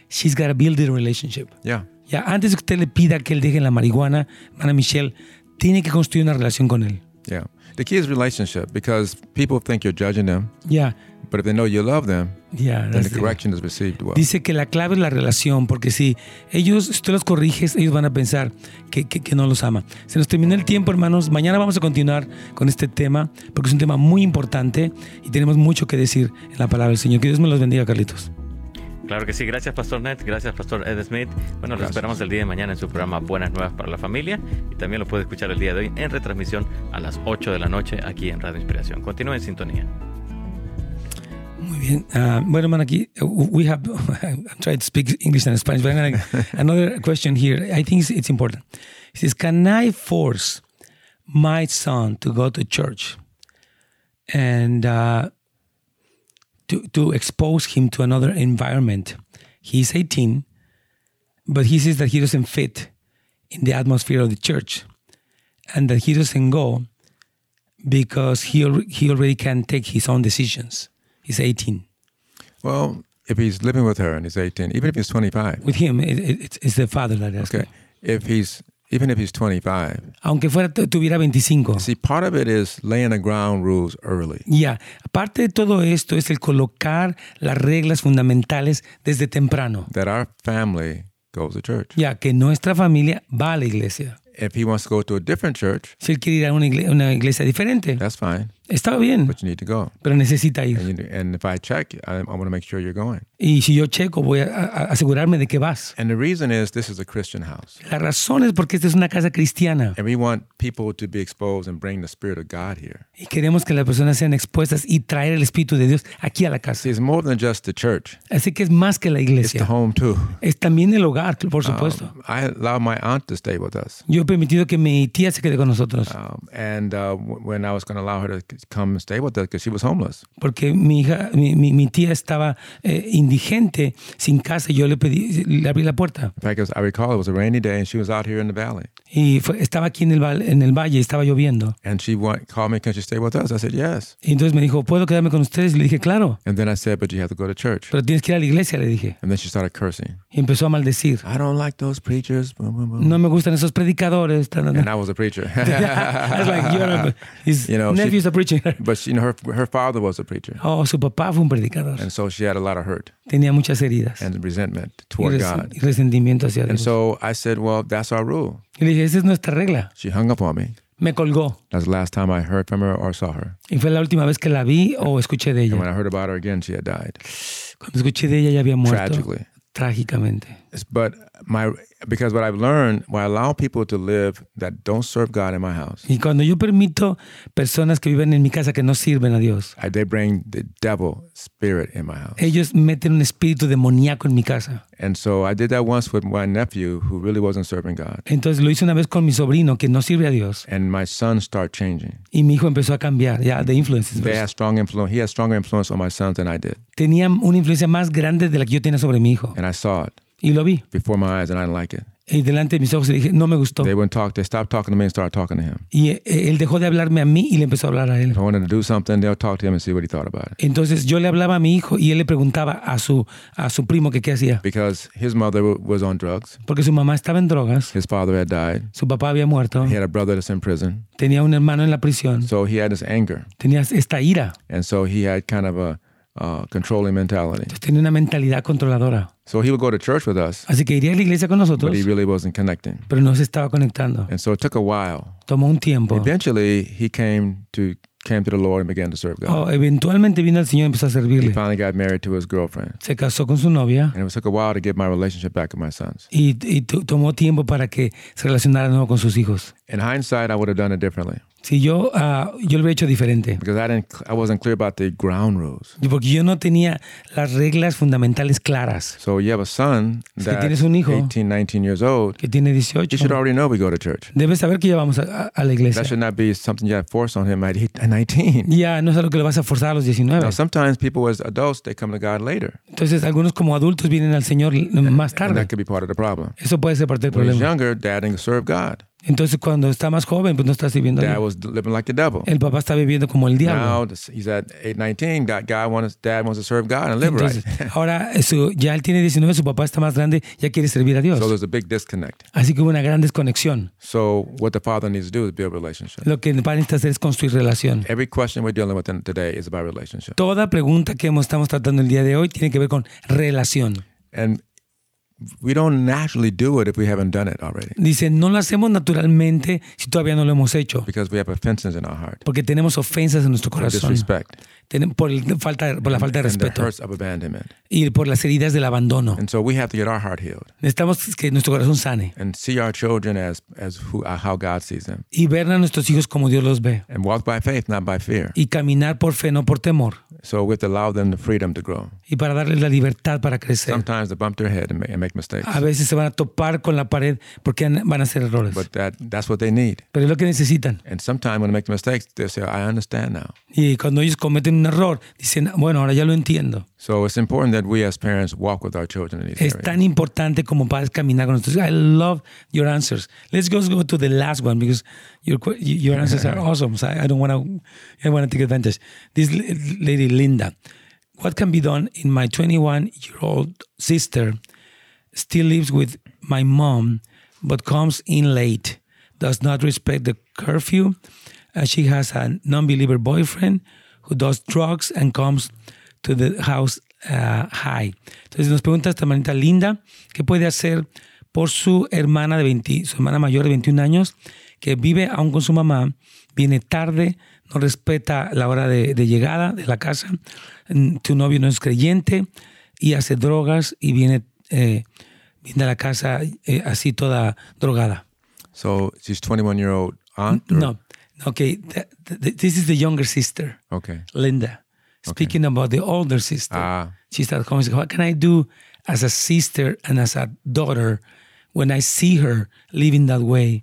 Speaker 1: she's got to build a relationship.
Speaker 4: Yeah.
Speaker 1: Ya, antes de que usted le pida que él deje la marihuana, hermana Michelle, tiene que construir una relación con él.
Speaker 4: Yeah. The key is relationship because people think you're judging them,
Speaker 1: Ya,
Speaker 4: but if they know you love them,
Speaker 1: ya.
Speaker 4: then the
Speaker 1: that's it.
Speaker 4: correction is received well.
Speaker 1: Dice que la clave es la relación, porque si ellos, si usted los corriges, ellos van a pensar que, que- que no los ama. Se nos terminó el tiempo, hermanos. Mañana vamos a continuar con este tema, porque es un tema muy importante y tenemos mucho que decir en la palabra del Señor. Que Dios me los bendiga, Carlitos.
Speaker 3: Claro que sí, gracias Pastor Ned, gracias Pastor Ed Smith. Bueno, lo
Speaker 4: Gracias.
Speaker 3: esperamos el día de mañana en su programa Buenas Nuevas para la Familia y también lo puede escuchar el día de hoy en retransmisión a las 8 de la noche aquí en Radio Inspiración. Continúe en sintonía.
Speaker 1: Muy bien. Ah, bueno, hermano, aquí uh, we have I'm trying to speak English and Spanish, but I'm gonna- another question here. I think it's, it's important. It says, "Can I force my son to go to church?" And uh, to, to expose him to another environment. He's 18, but he says that he doesn't fit in the atmosphere of the church and that he doesn't go because he, al- he already can take his own decisions. He's 18.
Speaker 4: Well, if he's living with her and he's 18, even if he's 25,
Speaker 1: With him, it, it- it's, it's the father that asks.
Speaker 4: okay, if he's even if he's 25,
Speaker 1: Aunque fuera, tu- tuviera 25.
Speaker 4: see, part of it is laying the ground rules early.
Speaker 1: Ya, aparte de todo esto es el colocar las reglas fundamentales desde temprano.
Speaker 4: That our family goes to church.
Speaker 1: Ya que nuestra familia va a la iglesia.
Speaker 4: If he wants to go to a different church,
Speaker 1: Si él quiere ir a una, igle- una iglesia diferente,
Speaker 4: that's fine,
Speaker 1: está bien,
Speaker 4: but you need to go.
Speaker 1: pero necesita ir.
Speaker 4: And, you, and if I check, I, I want to make sure you're going.
Speaker 1: Y si yo checo, voy a, a- a asegurarme de que vas.
Speaker 4: And the reason is this is a Christian house.
Speaker 1: La razón es porque esta es una casa cristiana
Speaker 4: And we want people to be exposed and bring the Spirit of God here.
Speaker 1: y queremos que las personas sean expuestas y traer el Espíritu de Dios aquí a la
Speaker 4: See,
Speaker 1: casa.
Speaker 4: it's more than just the church,
Speaker 1: Así que es más que la
Speaker 4: it's the
Speaker 1: iglesia.
Speaker 4: home Ah, too. Um,
Speaker 1: Es también el hogar, por supuesto.
Speaker 4: I allowed my aunt to stay with us.
Speaker 1: Yo he permitido que mi tía se quede con nosotros.
Speaker 4: Um, and uh, w- when I was going to allow her to c- come and stay with us because she was homeless.
Speaker 1: porque mi hija, mi, mi- mi tía estaba eh, indigente, sin casa, y yo le pedí, le abrí la puerta.
Speaker 4: In fact, it was, I recall it was a rainy day and she was out here in the valley.
Speaker 1: Y fue- estaba aquí en el, val- en el valle, estaba lloviendo.
Speaker 4: And she wa- called me, Can she stay with us? I said, Yes.
Speaker 1: Y entonces me dijo, ¿puedo quedarme con ustedes? Y le dije, claro,
Speaker 4: And then I said, But you have to go to church.
Speaker 1: pero tienes que ir a la iglesia, le dije.
Speaker 4: And then she started cursing.
Speaker 1: Y empezó a maldecir.
Speaker 4: I don't like those preachers. Boom, boom, boom.
Speaker 1: No me gustan esos predicadores. ta, ta, ta.
Speaker 4: And I was a preacher.
Speaker 1: I was like, "You're a- his
Speaker 4: You know, she-
Speaker 1: nephew's a preacher.
Speaker 4: but she, you know, her, her father was a preacher.
Speaker 1: Oh, su papá fue un predicador.
Speaker 4: And so she had a lot of hurt
Speaker 1: Tenía muchas heridas
Speaker 4: and resentment
Speaker 1: y,
Speaker 4: toward
Speaker 1: res-
Speaker 4: God.
Speaker 1: y resentimiento hacia
Speaker 4: And
Speaker 1: Dios.
Speaker 4: so I said, Well, that's our rule.
Speaker 1: y le dije, esa es nuestra regla.
Speaker 4: She hung up on me.
Speaker 1: Me colgó.
Speaker 4: That's the last time I heard from her or saw her.
Speaker 1: Y fue la última vez que la vi o escuché de
Speaker 4: And
Speaker 1: ella.
Speaker 4: when I heard about her again, she had died.
Speaker 1: Cuando escuché de ella ya había muerto.
Speaker 4: Tragically.
Speaker 1: Trágicamente.
Speaker 4: It's- But my because what I've learned, when I allow people to live that don't serve God in my house,
Speaker 1: Y cuando yo permito personas que viven en mi casa que no sirven a Dios,
Speaker 4: I, they bring the devil spirit in my house.
Speaker 1: ellos meten un espíritu demoníaco en mi casa.
Speaker 4: And so I did that once with my nephew who really wasn't serving God.
Speaker 1: Entonces lo hice una vez con mi sobrino que no sirve a Dios
Speaker 4: And my son started changing.
Speaker 1: y mi hijo empezó a cambiar, ya de influencias.
Speaker 4: They had strong influence. He had stronger influence on my son than I did.
Speaker 1: Tenía una influencia más grande de la que yo tenía sobre mi hijo
Speaker 4: And I saw it
Speaker 1: y lo vi.
Speaker 4: before my eyes and I didn't like it.
Speaker 1: Y delante de mis ojos le dije, no me gustó.
Speaker 4: They wouldn't talk. They stopped talking to me and started talking to him.
Speaker 1: Y eh, él dejó de hablarme a mí y le empezó a hablar a él.
Speaker 4: If I wanted to do something, they'll talk to him and see what he thought about it.
Speaker 1: Entonces yo le hablaba a mi hijo y él le preguntaba a su, a su primo que qué hacía.
Speaker 4: Because his mother w- was on drugs.
Speaker 1: Porque su mamá estaba en drogas,
Speaker 4: His father had died.
Speaker 1: su papá había muerto.
Speaker 4: He had a brother that's in prison.
Speaker 1: tenía un hermano en la prisión,
Speaker 4: So he had this anger.
Speaker 1: tenía esta ira,
Speaker 4: And so he had kind of a uh, controlling mentality.
Speaker 1: entonces tenía una mentalidad controladora.
Speaker 4: So he would go to church with us,
Speaker 1: Así que iría a la iglesia con nosotros,
Speaker 4: but he really wasn't connecting.
Speaker 1: pero no se estaba conectando.
Speaker 4: And so it took a while.
Speaker 1: Tomó un tiempo.
Speaker 4: Eventually, he came to came to the Lord and began to serve God.
Speaker 1: Oh, eventualmente vino el Señor y empezó a
Speaker 4: He
Speaker 1: servirle.
Speaker 4: finally got married to his girlfriend.
Speaker 1: Se casó con su novia
Speaker 4: And it took a while to get my relationship back with my sons.
Speaker 1: y, y to- tomó tiempo para que se relacionara de nuevo con sus hijos.
Speaker 4: In hindsight, I would have done it differently
Speaker 1: Si yo, ah, yo lo hubiera hecho diferente,
Speaker 4: because I didn't. I wasn't clear about the ground rules.
Speaker 1: porque yo no tenía las reglas fundamentales claras.
Speaker 4: So you have a son
Speaker 1: Si
Speaker 4: that's
Speaker 1: tienes un hijo-
Speaker 4: 18, 19 years old.
Speaker 1: Que tiene
Speaker 4: You should
Speaker 1: 18.
Speaker 4: already know we go to church.
Speaker 1: Debes saber que ya vamos a, a- a la
Speaker 4: That
Speaker 1: iglesia.
Speaker 4: should not be something you have forced on him at eight- at 19.
Speaker 1: Ya no es algo que lo vas a forzar a los 19.
Speaker 4: Now, sometimes people as adults, they come to God later.
Speaker 1: Entonces, algunos como adultos vienen al Señor más
Speaker 4: And
Speaker 1: tarde.
Speaker 4: that could be part of the problem.
Speaker 1: Eso puede ser parte del
Speaker 4: When he's
Speaker 1: problema.
Speaker 4: younger, dad didn't serve God.
Speaker 1: Entonces, cuando está más joven, pues no está sirviendo. a
Speaker 4: Dad
Speaker 1: Dios.
Speaker 4: was living like the devil.
Speaker 1: El papá está viviendo como el diablo.
Speaker 4: Now this- he's at 8, 19. God, God wants, dad wants to serve God and live right.
Speaker 1: Entonces, ahora su- ya él tiene 19, su papá está más grande, ya quiere servir a
Speaker 4: So
Speaker 1: Dios.
Speaker 4: there's a big disconnect.
Speaker 1: Así que hubo una gran desconexión.
Speaker 4: So what the father needs to do is build a relationship.
Speaker 1: Lo que el padre necesita hacer es construir relación.
Speaker 4: Every question we're dealing with in- today is about relationship.
Speaker 1: Toda pregunta que hemos- estamos tratando el día de hoy tiene que ver con relación.
Speaker 4: And we don't naturally do it if we haven't done it already
Speaker 1: Dice, no lo hacemos naturalmente si todavía no lo hemos hecho,
Speaker 4: because we have offenses in our heart,
Speaker 1: porque tenemos ofensas en nuestro corazón,
Speaker 4: disrespect,
Speaker 1: Tenem- por, el- falta, por la falta de
Speaker 4: and the
Speaker 1: respeto
Speaker 4: hurts of abandonment.
Speaker 1: y por las heridas del abandono.
Speaker 4: And so we have to get our heart healed.
Speaker 1: Necesitamos que nuestro corazón sane.
Speaker 4: and see our children as as who uh, how God sees them,
Speaker 1: y ver a nuestros hijos como Dios los ve
Speaker 4: and walk by faith, not by fear.
Speaker 1: y caminar por fe, no por temor.
Speaker 4: So we have to allow them the freedom to grow.
Speaker 1: y para darles la libertad para crecer.
Speaker 4: Sometimes they bump their head and make, and make mistakes,
Speaker 1: A veces se van a topar con la pared porque han- van a hacer errores.
Speaker 4: but that that's what they need.
Speaker 1: Pero es lo que necesitan.
Speaker 4: And sometimes when they make the mistakes, they say, "I understand now."
Speaker 1: Y cuando ellos cometen un error, dicen, bueno, ahora ya lo entiendo.
Speaker 4: So it's important that we as parents walk with our children in these
Speaker 1: Es
Speaker 4: areas.
Speaker 1: tan importante como padres caminar con nosotros. I love your answers. Let's just go to the last one because your que- your answers are awesome. So I I don't want to I want to take advantage. This l- lady Linda, what can be done in my 21 year old sister still lives with my mom but comes in late, does not respect the curfew. Uh, she has a non-believer boyfriend who does drugs and comes to the house uh, high. Entonces nos pregunta esta hermanita linda, ¿qué puede hacer por su hermana de 20, su hermana mayor de 21 años que vive aún con su mamá, viene tarde, no respeta la hora de, de llegada de la casa, mm, tu novio no es creyente y hace drogas y viene eh, viene a la casa eh, así toda drogada.
Speaker 4: So she's 21 year old aunt. or-
Speaker 1: No, okay, th- th- this is the younger sister,
Speaker 4: Okay.
Speaker 1: Linda, speaking about the older sister.
Speaker 4: Ah.
Speaker 1: She started coming, what can I do as a sister and as a daughter when I see her living that way?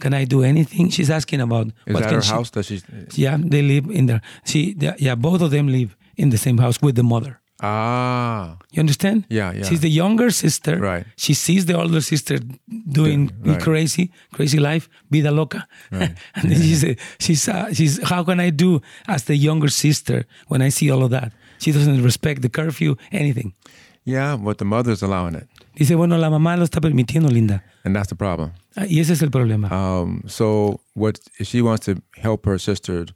Speaker 1: Can I do anything? She's asking about
Speaker 4: Is
Speaker 1: what
Speaker 4: that
Speaker 1: can
Speaker 4: her
Speaker 1: she-
Speaker 4: house that she's?
Speaker 1: Yeah, they live in there. She, yeah, yeah, both of them live in the same house with the mother.
Speaker 4: Ah.
Speaker 1: You understand?
Speaker 4: Yeah, yeah.
Speaker 1: She's the younger sister.
Speaker 4: Right.
Speaker 1: She sees the older sister doing
Speaker 4: Do- right.
Speaker 1: crazy, crazy life, vida loca. and then she said, she's, uh, she's, how can I do as the younger sister when I see all of that? She doesn't respect the curfew, anything.
Speaker 4: Yeah, but the mother's allowing it,
Speaker 1: Dice, bueno, la mamá lo está permitiendo, Linda.
Speaker 4: and that's the problem.
Speaker 1: Ah, Y ese es el problema.
Speaker 4: Um, so what if she wants to help her sister?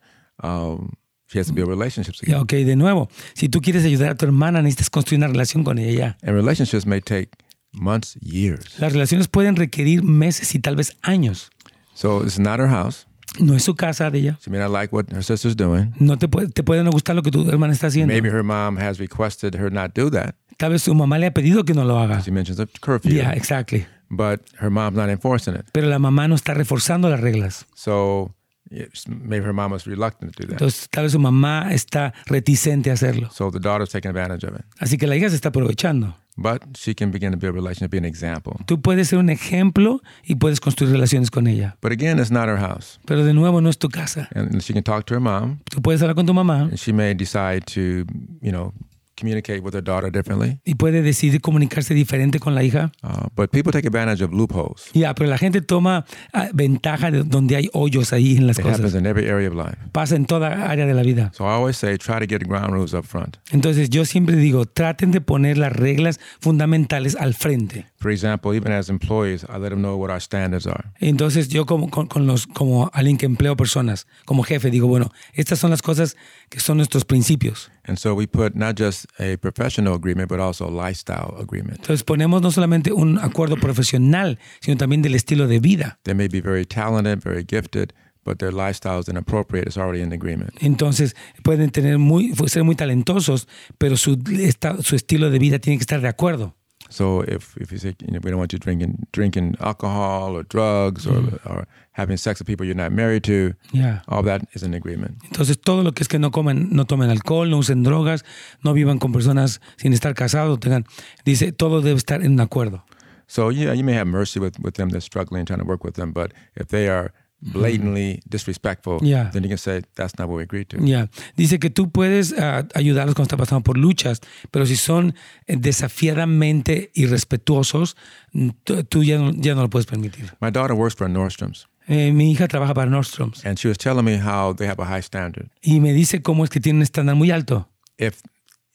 Speaker 4: Um, she has to build relationships again,
Speaker 1: Ya, ok, de nuevo, si tú quieres ayudar a tu hermana, necesitas construir una relación con ella ya.
Speaker 4: and relationships may take months, years.
Speaker 1: Las relaciones pueden requerir meses y tal vez años.
Speaker 4: So it's not her house.
Speaker 1: No es su casa de ella.
Speaker 4: She may not like what her sister's doing.
Speaker 1: No te puede, te puede no gustar lo que tu hermana está haciendo.
Speaker 4: Maybe her mom has requested her not do that.
Speaker 1: Tal vez su mamá le ha pedido que no lo haga.
Speaker 4: She mentions a curfew,
Speaker 1: Yeah, exactly.
Speaker 4: but her mom's not enforcing it.
Speaker 1: Pero la mamá no está reforzando las reglas.
Speaker 4: So yes, maybe her mom was reluctant to do that.
Speaker 1: Entonces, tal vez su mamá está reticente a hacerlo.
Speaker 4: So the daughter's taking advantage of it.
Speaker 1: Así que la hija se está aprovechando.
Speaker 4: But she can begin to build a relationship, be an example.
Speaker 1: Tú puedes ser un ejemplo y puedes construir relaciones con ella.
Speaker 4: But again, it's not her house.
Speaker 1: Pero de nuevo, no es tu casa.
Speaker 4: And she can talk to her mom,
Speaker 1: Tú puedes hablar con tu mamá
Speaker 4: and she may decide to, you know, communicate with her daughter differently.
Speaker 1: y puede decidir comunicarse diferente con la hija.
Speaker 4: Uh, but people take advantage of loopholes.
Speaker 1: Ya, pero la gente toma ah, ventaja de donde hay hoyos ahí en las
Speaker 4: It happens
Speaker 1: cosas.
Speaker 4: in every area of life.
Speaker 1: Pasa en toda área de la vida.
Speaker 4: So I always say try to get ground rules up front.
Speaker 1: Entonces, yo siempre digo, traten de poner las reglas fundamentales al frente.
Speaker 4: For example, even as employees, I let them know what our standards are.
Speaker 1: Entonces yo como, con, con los, como alguien que empleo personas, como jefe, digo, bueno, estas son las cosas que son nuestros principios.
Speaker 4: And so we put not just a professional agreement, but also a lifestyle agreement.
Speaker 1: Entonces ponemos no solamente un acuerdo profesional, sino también del estilo de vida.
Speaker 4: They may be very talented, very gifted, but their lifestyle is inappropriate. It's already in the agreement.
Speaker 1: Entonces pueden tener muy, pues, ser muy talentosos, pero su, esta- su estilo de vida tiene que estar de acuerdo.
Speaker 4: So if, if you say you know, we don't want you drinking drinking alcohol or drugs or, or having sex with people you're not married to,
Speaker 1: Ya.
Speaker 4: all that is an agreement.
Speaker 1: Entonces todo lo que es que no comen, no tomen alcohol, no usen drogas, no vivan con personas sin estar casados, tengan, dice, todo debe estar en un acuerdo.
Speaker 4: So yeah, you may have mercy with, with them that's struggling, trying to work with them, but if they are blatantly disrespectful,
Speaker 1: Yeah.
Speaker 4: then you can say that's not what we agreed to.
Speaker 1: Ya, dice que tú puedes ah, ayudarlos cuando están pasando por luchas, pero si son eh, desafiadamente irrespetuosos, mm, tú tú ya no, ya no lo puedes permitir.
Speaker 4: My daughter works for Nordstrom's,
Speaker 1: Eh, mi hija trabaja para Nordstrom's
Speaker 4: and she was telling me how they have a high standard.
Speaker 1: y me dice cómo es que tiene un estándar muy alto.
Speaker 4: If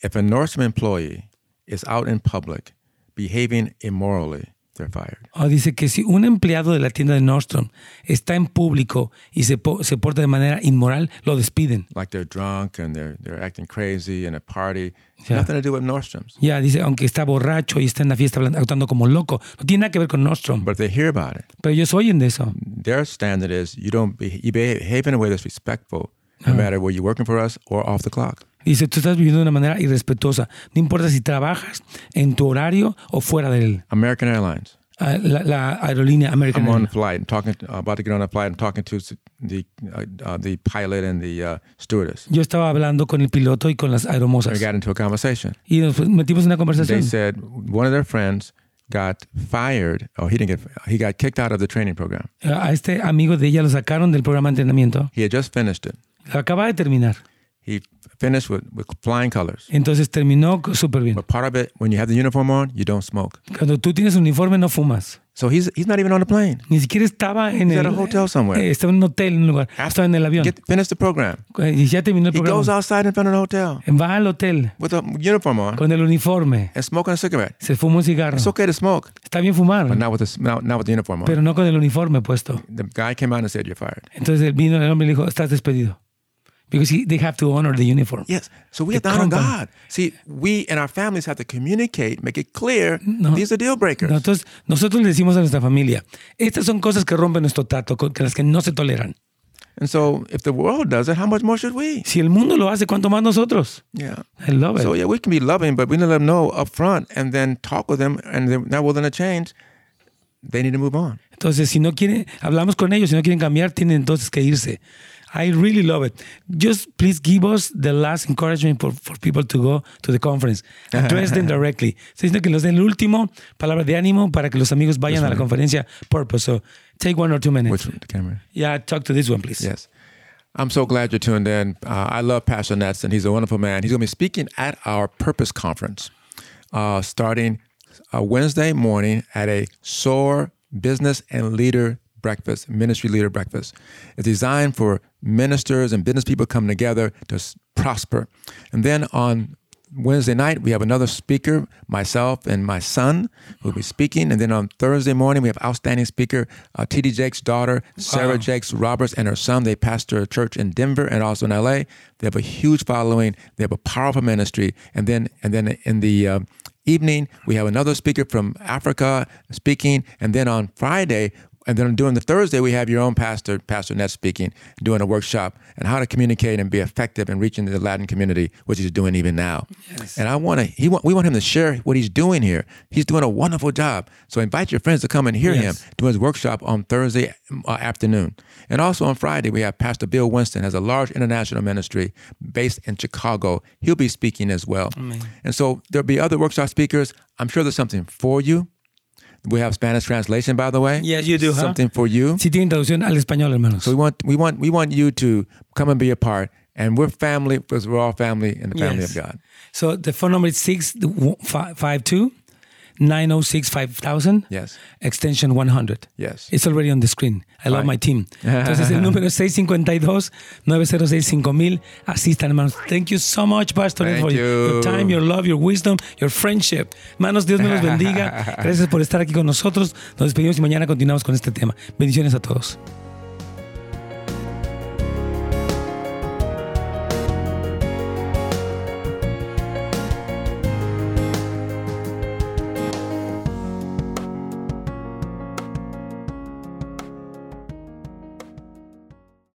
Speaker 4: if a Nordstrom employee is out in public behaving immorally, they're fired.
Speaker 1: Ah, dice que si un empleado de la tienda de Nordstrom está en público y se, po- se porta de manera inmoral, lo despiden.
Speaker 4: Like they're drunk and they're they're acting crazy in a party.
Speaker 1: Yeah.
Speaker 4: Nothing to do with Nordstrom's.
Speaker 1: Ya, dice, aunque está borracho y está en la fiesta hablando- actuando como loco, no tiene nada que ver con Nordstrom,
Speaker 4: But if they hear about it,
Speaker 1: pero ellos oyen de eso.
Speaker 4: their standard is you don't be, you behave in a way that's respectful, no matter where you're working for us or off the clock.
Speaker 1: Dice, tú estás viviendo de una manera irrespetuosa. No importa si trabajas en tu horario o fuera de él.
Speaker 4: American Airlines.
Speaker 1: uh, la, la, aerolínea American
Speaker 4: I'm on a
Speaker 1: Airlines.
Speaker 4: flight and talking uh, about to get on a flight and talking to s- the uh, uh, the pilot and the uh, stewardess.
Speaker 1: Yo estaba hablando con el piloto y con las
Speaker 4: We
Speaker 1: aeromosas.
Speaker 4: got into a conversation.
Speaker 1: Y nos metimos en una conversación.
Speaker 4: They said one of their friends got fired. Oh, he didn't get. He got kicked out of the training program.
Speaker 1: A este amigo de ella lo sacaron del programa de entrenamiento.
Speaker 4: He had just finished it.
Speaker 1: Lo acaba de terminar.
Speaker 4: He finished with, with flying colors.
Speaker 1: Entonces terminó súper bien.
Speaker 4: But part of it, when you have the uniform on, you don't smoke.
Speaker 1: Cuando tú tienes uniforme no fumas.
Speaker 4: So he's he's not even on the plane.
Speaker 1: Ni siquiera estaba en
Speaker 4: He's
Speaker 1: el...
Speaker 4: at a hotel somewhere.
Speaker 1: eh, estaba en un hotel, en un lugar. Estaba en el avión.
Speaker 4: Get finish the program.
Speaker 1: Eh, Y ya terminó el
Speaker 4: He goes
Speaker 1: programa.
Speaker 4: outside in front of the hotel
Speaker 1: Va al hotel
Speaker 4: with a uniform on
Speaker 1: con el uniforme.
Speaker 4: and smoking a cigarette.
Speaker 1: Se fuma un cigarro.
Speaker 4: It's okay to smoke,
Speaker 1: Está bien
Speaker 4: but
Speaker 1: fumar,
Speaker 4: not with the not, not with the uniform on.
Speaker 1: pero no con el uniforme puesto.
Speaker 4: The guy came out and said, "You're fired."
Speaker 1: Entonces vino el hombre y le dijo, estás despedido. Because he- they have to honor the uniform.
Speaker 4: Yes. So we
Speaker 1: The
Speaker 4: have to honor
Speaker 1: company.
Speaker 4: God. See, we and our families have to communicate, make it clear
Speaker 1: No.
Speaker 4: these are deal breakers.
Speaker 1: Nosotros, nosotros le decimos a nuestra familia, estas son cosas que rompen nuestro trato, con- que las que no se toleran.
Speaker 4: And so if the world does it, how much more should we?
Speaker 1: Si el mundo lo hace, ¿cuánto más nosotros?
Speaker 4: Yeah.
Speaker 1: I love it.
Speaker 4: So yeah, we can be loving, but we need to let them know up front and then talk with them and they're not willing to change. They need to move on.
Speaker 1: Entonces, si no quieren, hablamos con ellos, si no quieren cambiar, tienen entonces que irse. I really love it. Just please give us the last encouragement for, for people to go to the conference. Address them directly. Estoy diciendo que nos den el último palabra de ánimo para que los amigos vayan a la conferencia Purpose. So, take one or two minutes.
Speaker 4: Which one? The camera.
Speaker 1: Yeah, talk to this one, please.
Speaker 4: Yes. I'm so glad you're tuned in. Uh, I love Pastor Netson. He's a wonderful man. He's going to be speaking at our Purpose Conference uh, starting uh, Wednesday morning at a SOAR Business and Leader Breakfast, Ministry Leader Breakfast. It's designed for ministers and business people coming together to s- prosper. And then on Wednesday night, we have another speaker, myself and my son, who will be speaking. And then on Thursday morning, we have outstanding speaker, uh, T.D. Jake's daughter, Sarah Jakes Roberts, and her son. They pastor a church in Denver and also in L.A. They have a huge following. They have a powerful ministry. And then, and then in the um evening, we have another speaker from Africa speaking. And then on Friday, and then during the Thursday, we have your own pastor, Pastor Net, speaking, doing a workshop on how to communicate and be effective in reaching the Latin community, which he's doing even now. And I want to, he want, we want him to share what he's doing here. He's doing a wonderful job. So invite your friends to come and hear
Speaker 1: Yes.
Speaker 4: him doing his workshop on Thursday uh, afternoon. And also on Friday, we have Pastor Bill Winston has a large international ministry based in Chicago. He'll be speaking as well. And so there'll be other workshop speakers. I'm sure there's something for you. We have Spanish translation, by the way.
Speaker 1: Yes, you do, huh?
Speaker 4: Something for you.
Speaker 1: Si tienen traducción al español, hermanos.
Speaker 4: So we want we want we want you to come and be a part. And we're family because we're all family in the family
Speaker 1: Yes.
Speaker 4: of God.
Speaker 1: So the phone number is 652 906 5000.
Speaker 4: Yes.
Speaker 1: Extension 100.
Speaker 4: Yes.
Speaker 1: It's already on the screen. I love
Speaker 4: Right.
Speaker 1: my team. Entonces el número es 652-906-5000. Asistan, hermanos. Thank you so much, Pastor,
Speaker 4: Thank
Speaker 1: for your
Speaker 4: you.
Speaker 1: time, your love, your wisdom, your friendship. Hermanos, Dios me los bendiga. Gracias por estar aquí con nosotros. Nos despedimos y mañana continuamos con este tema. Bendiciones a todos.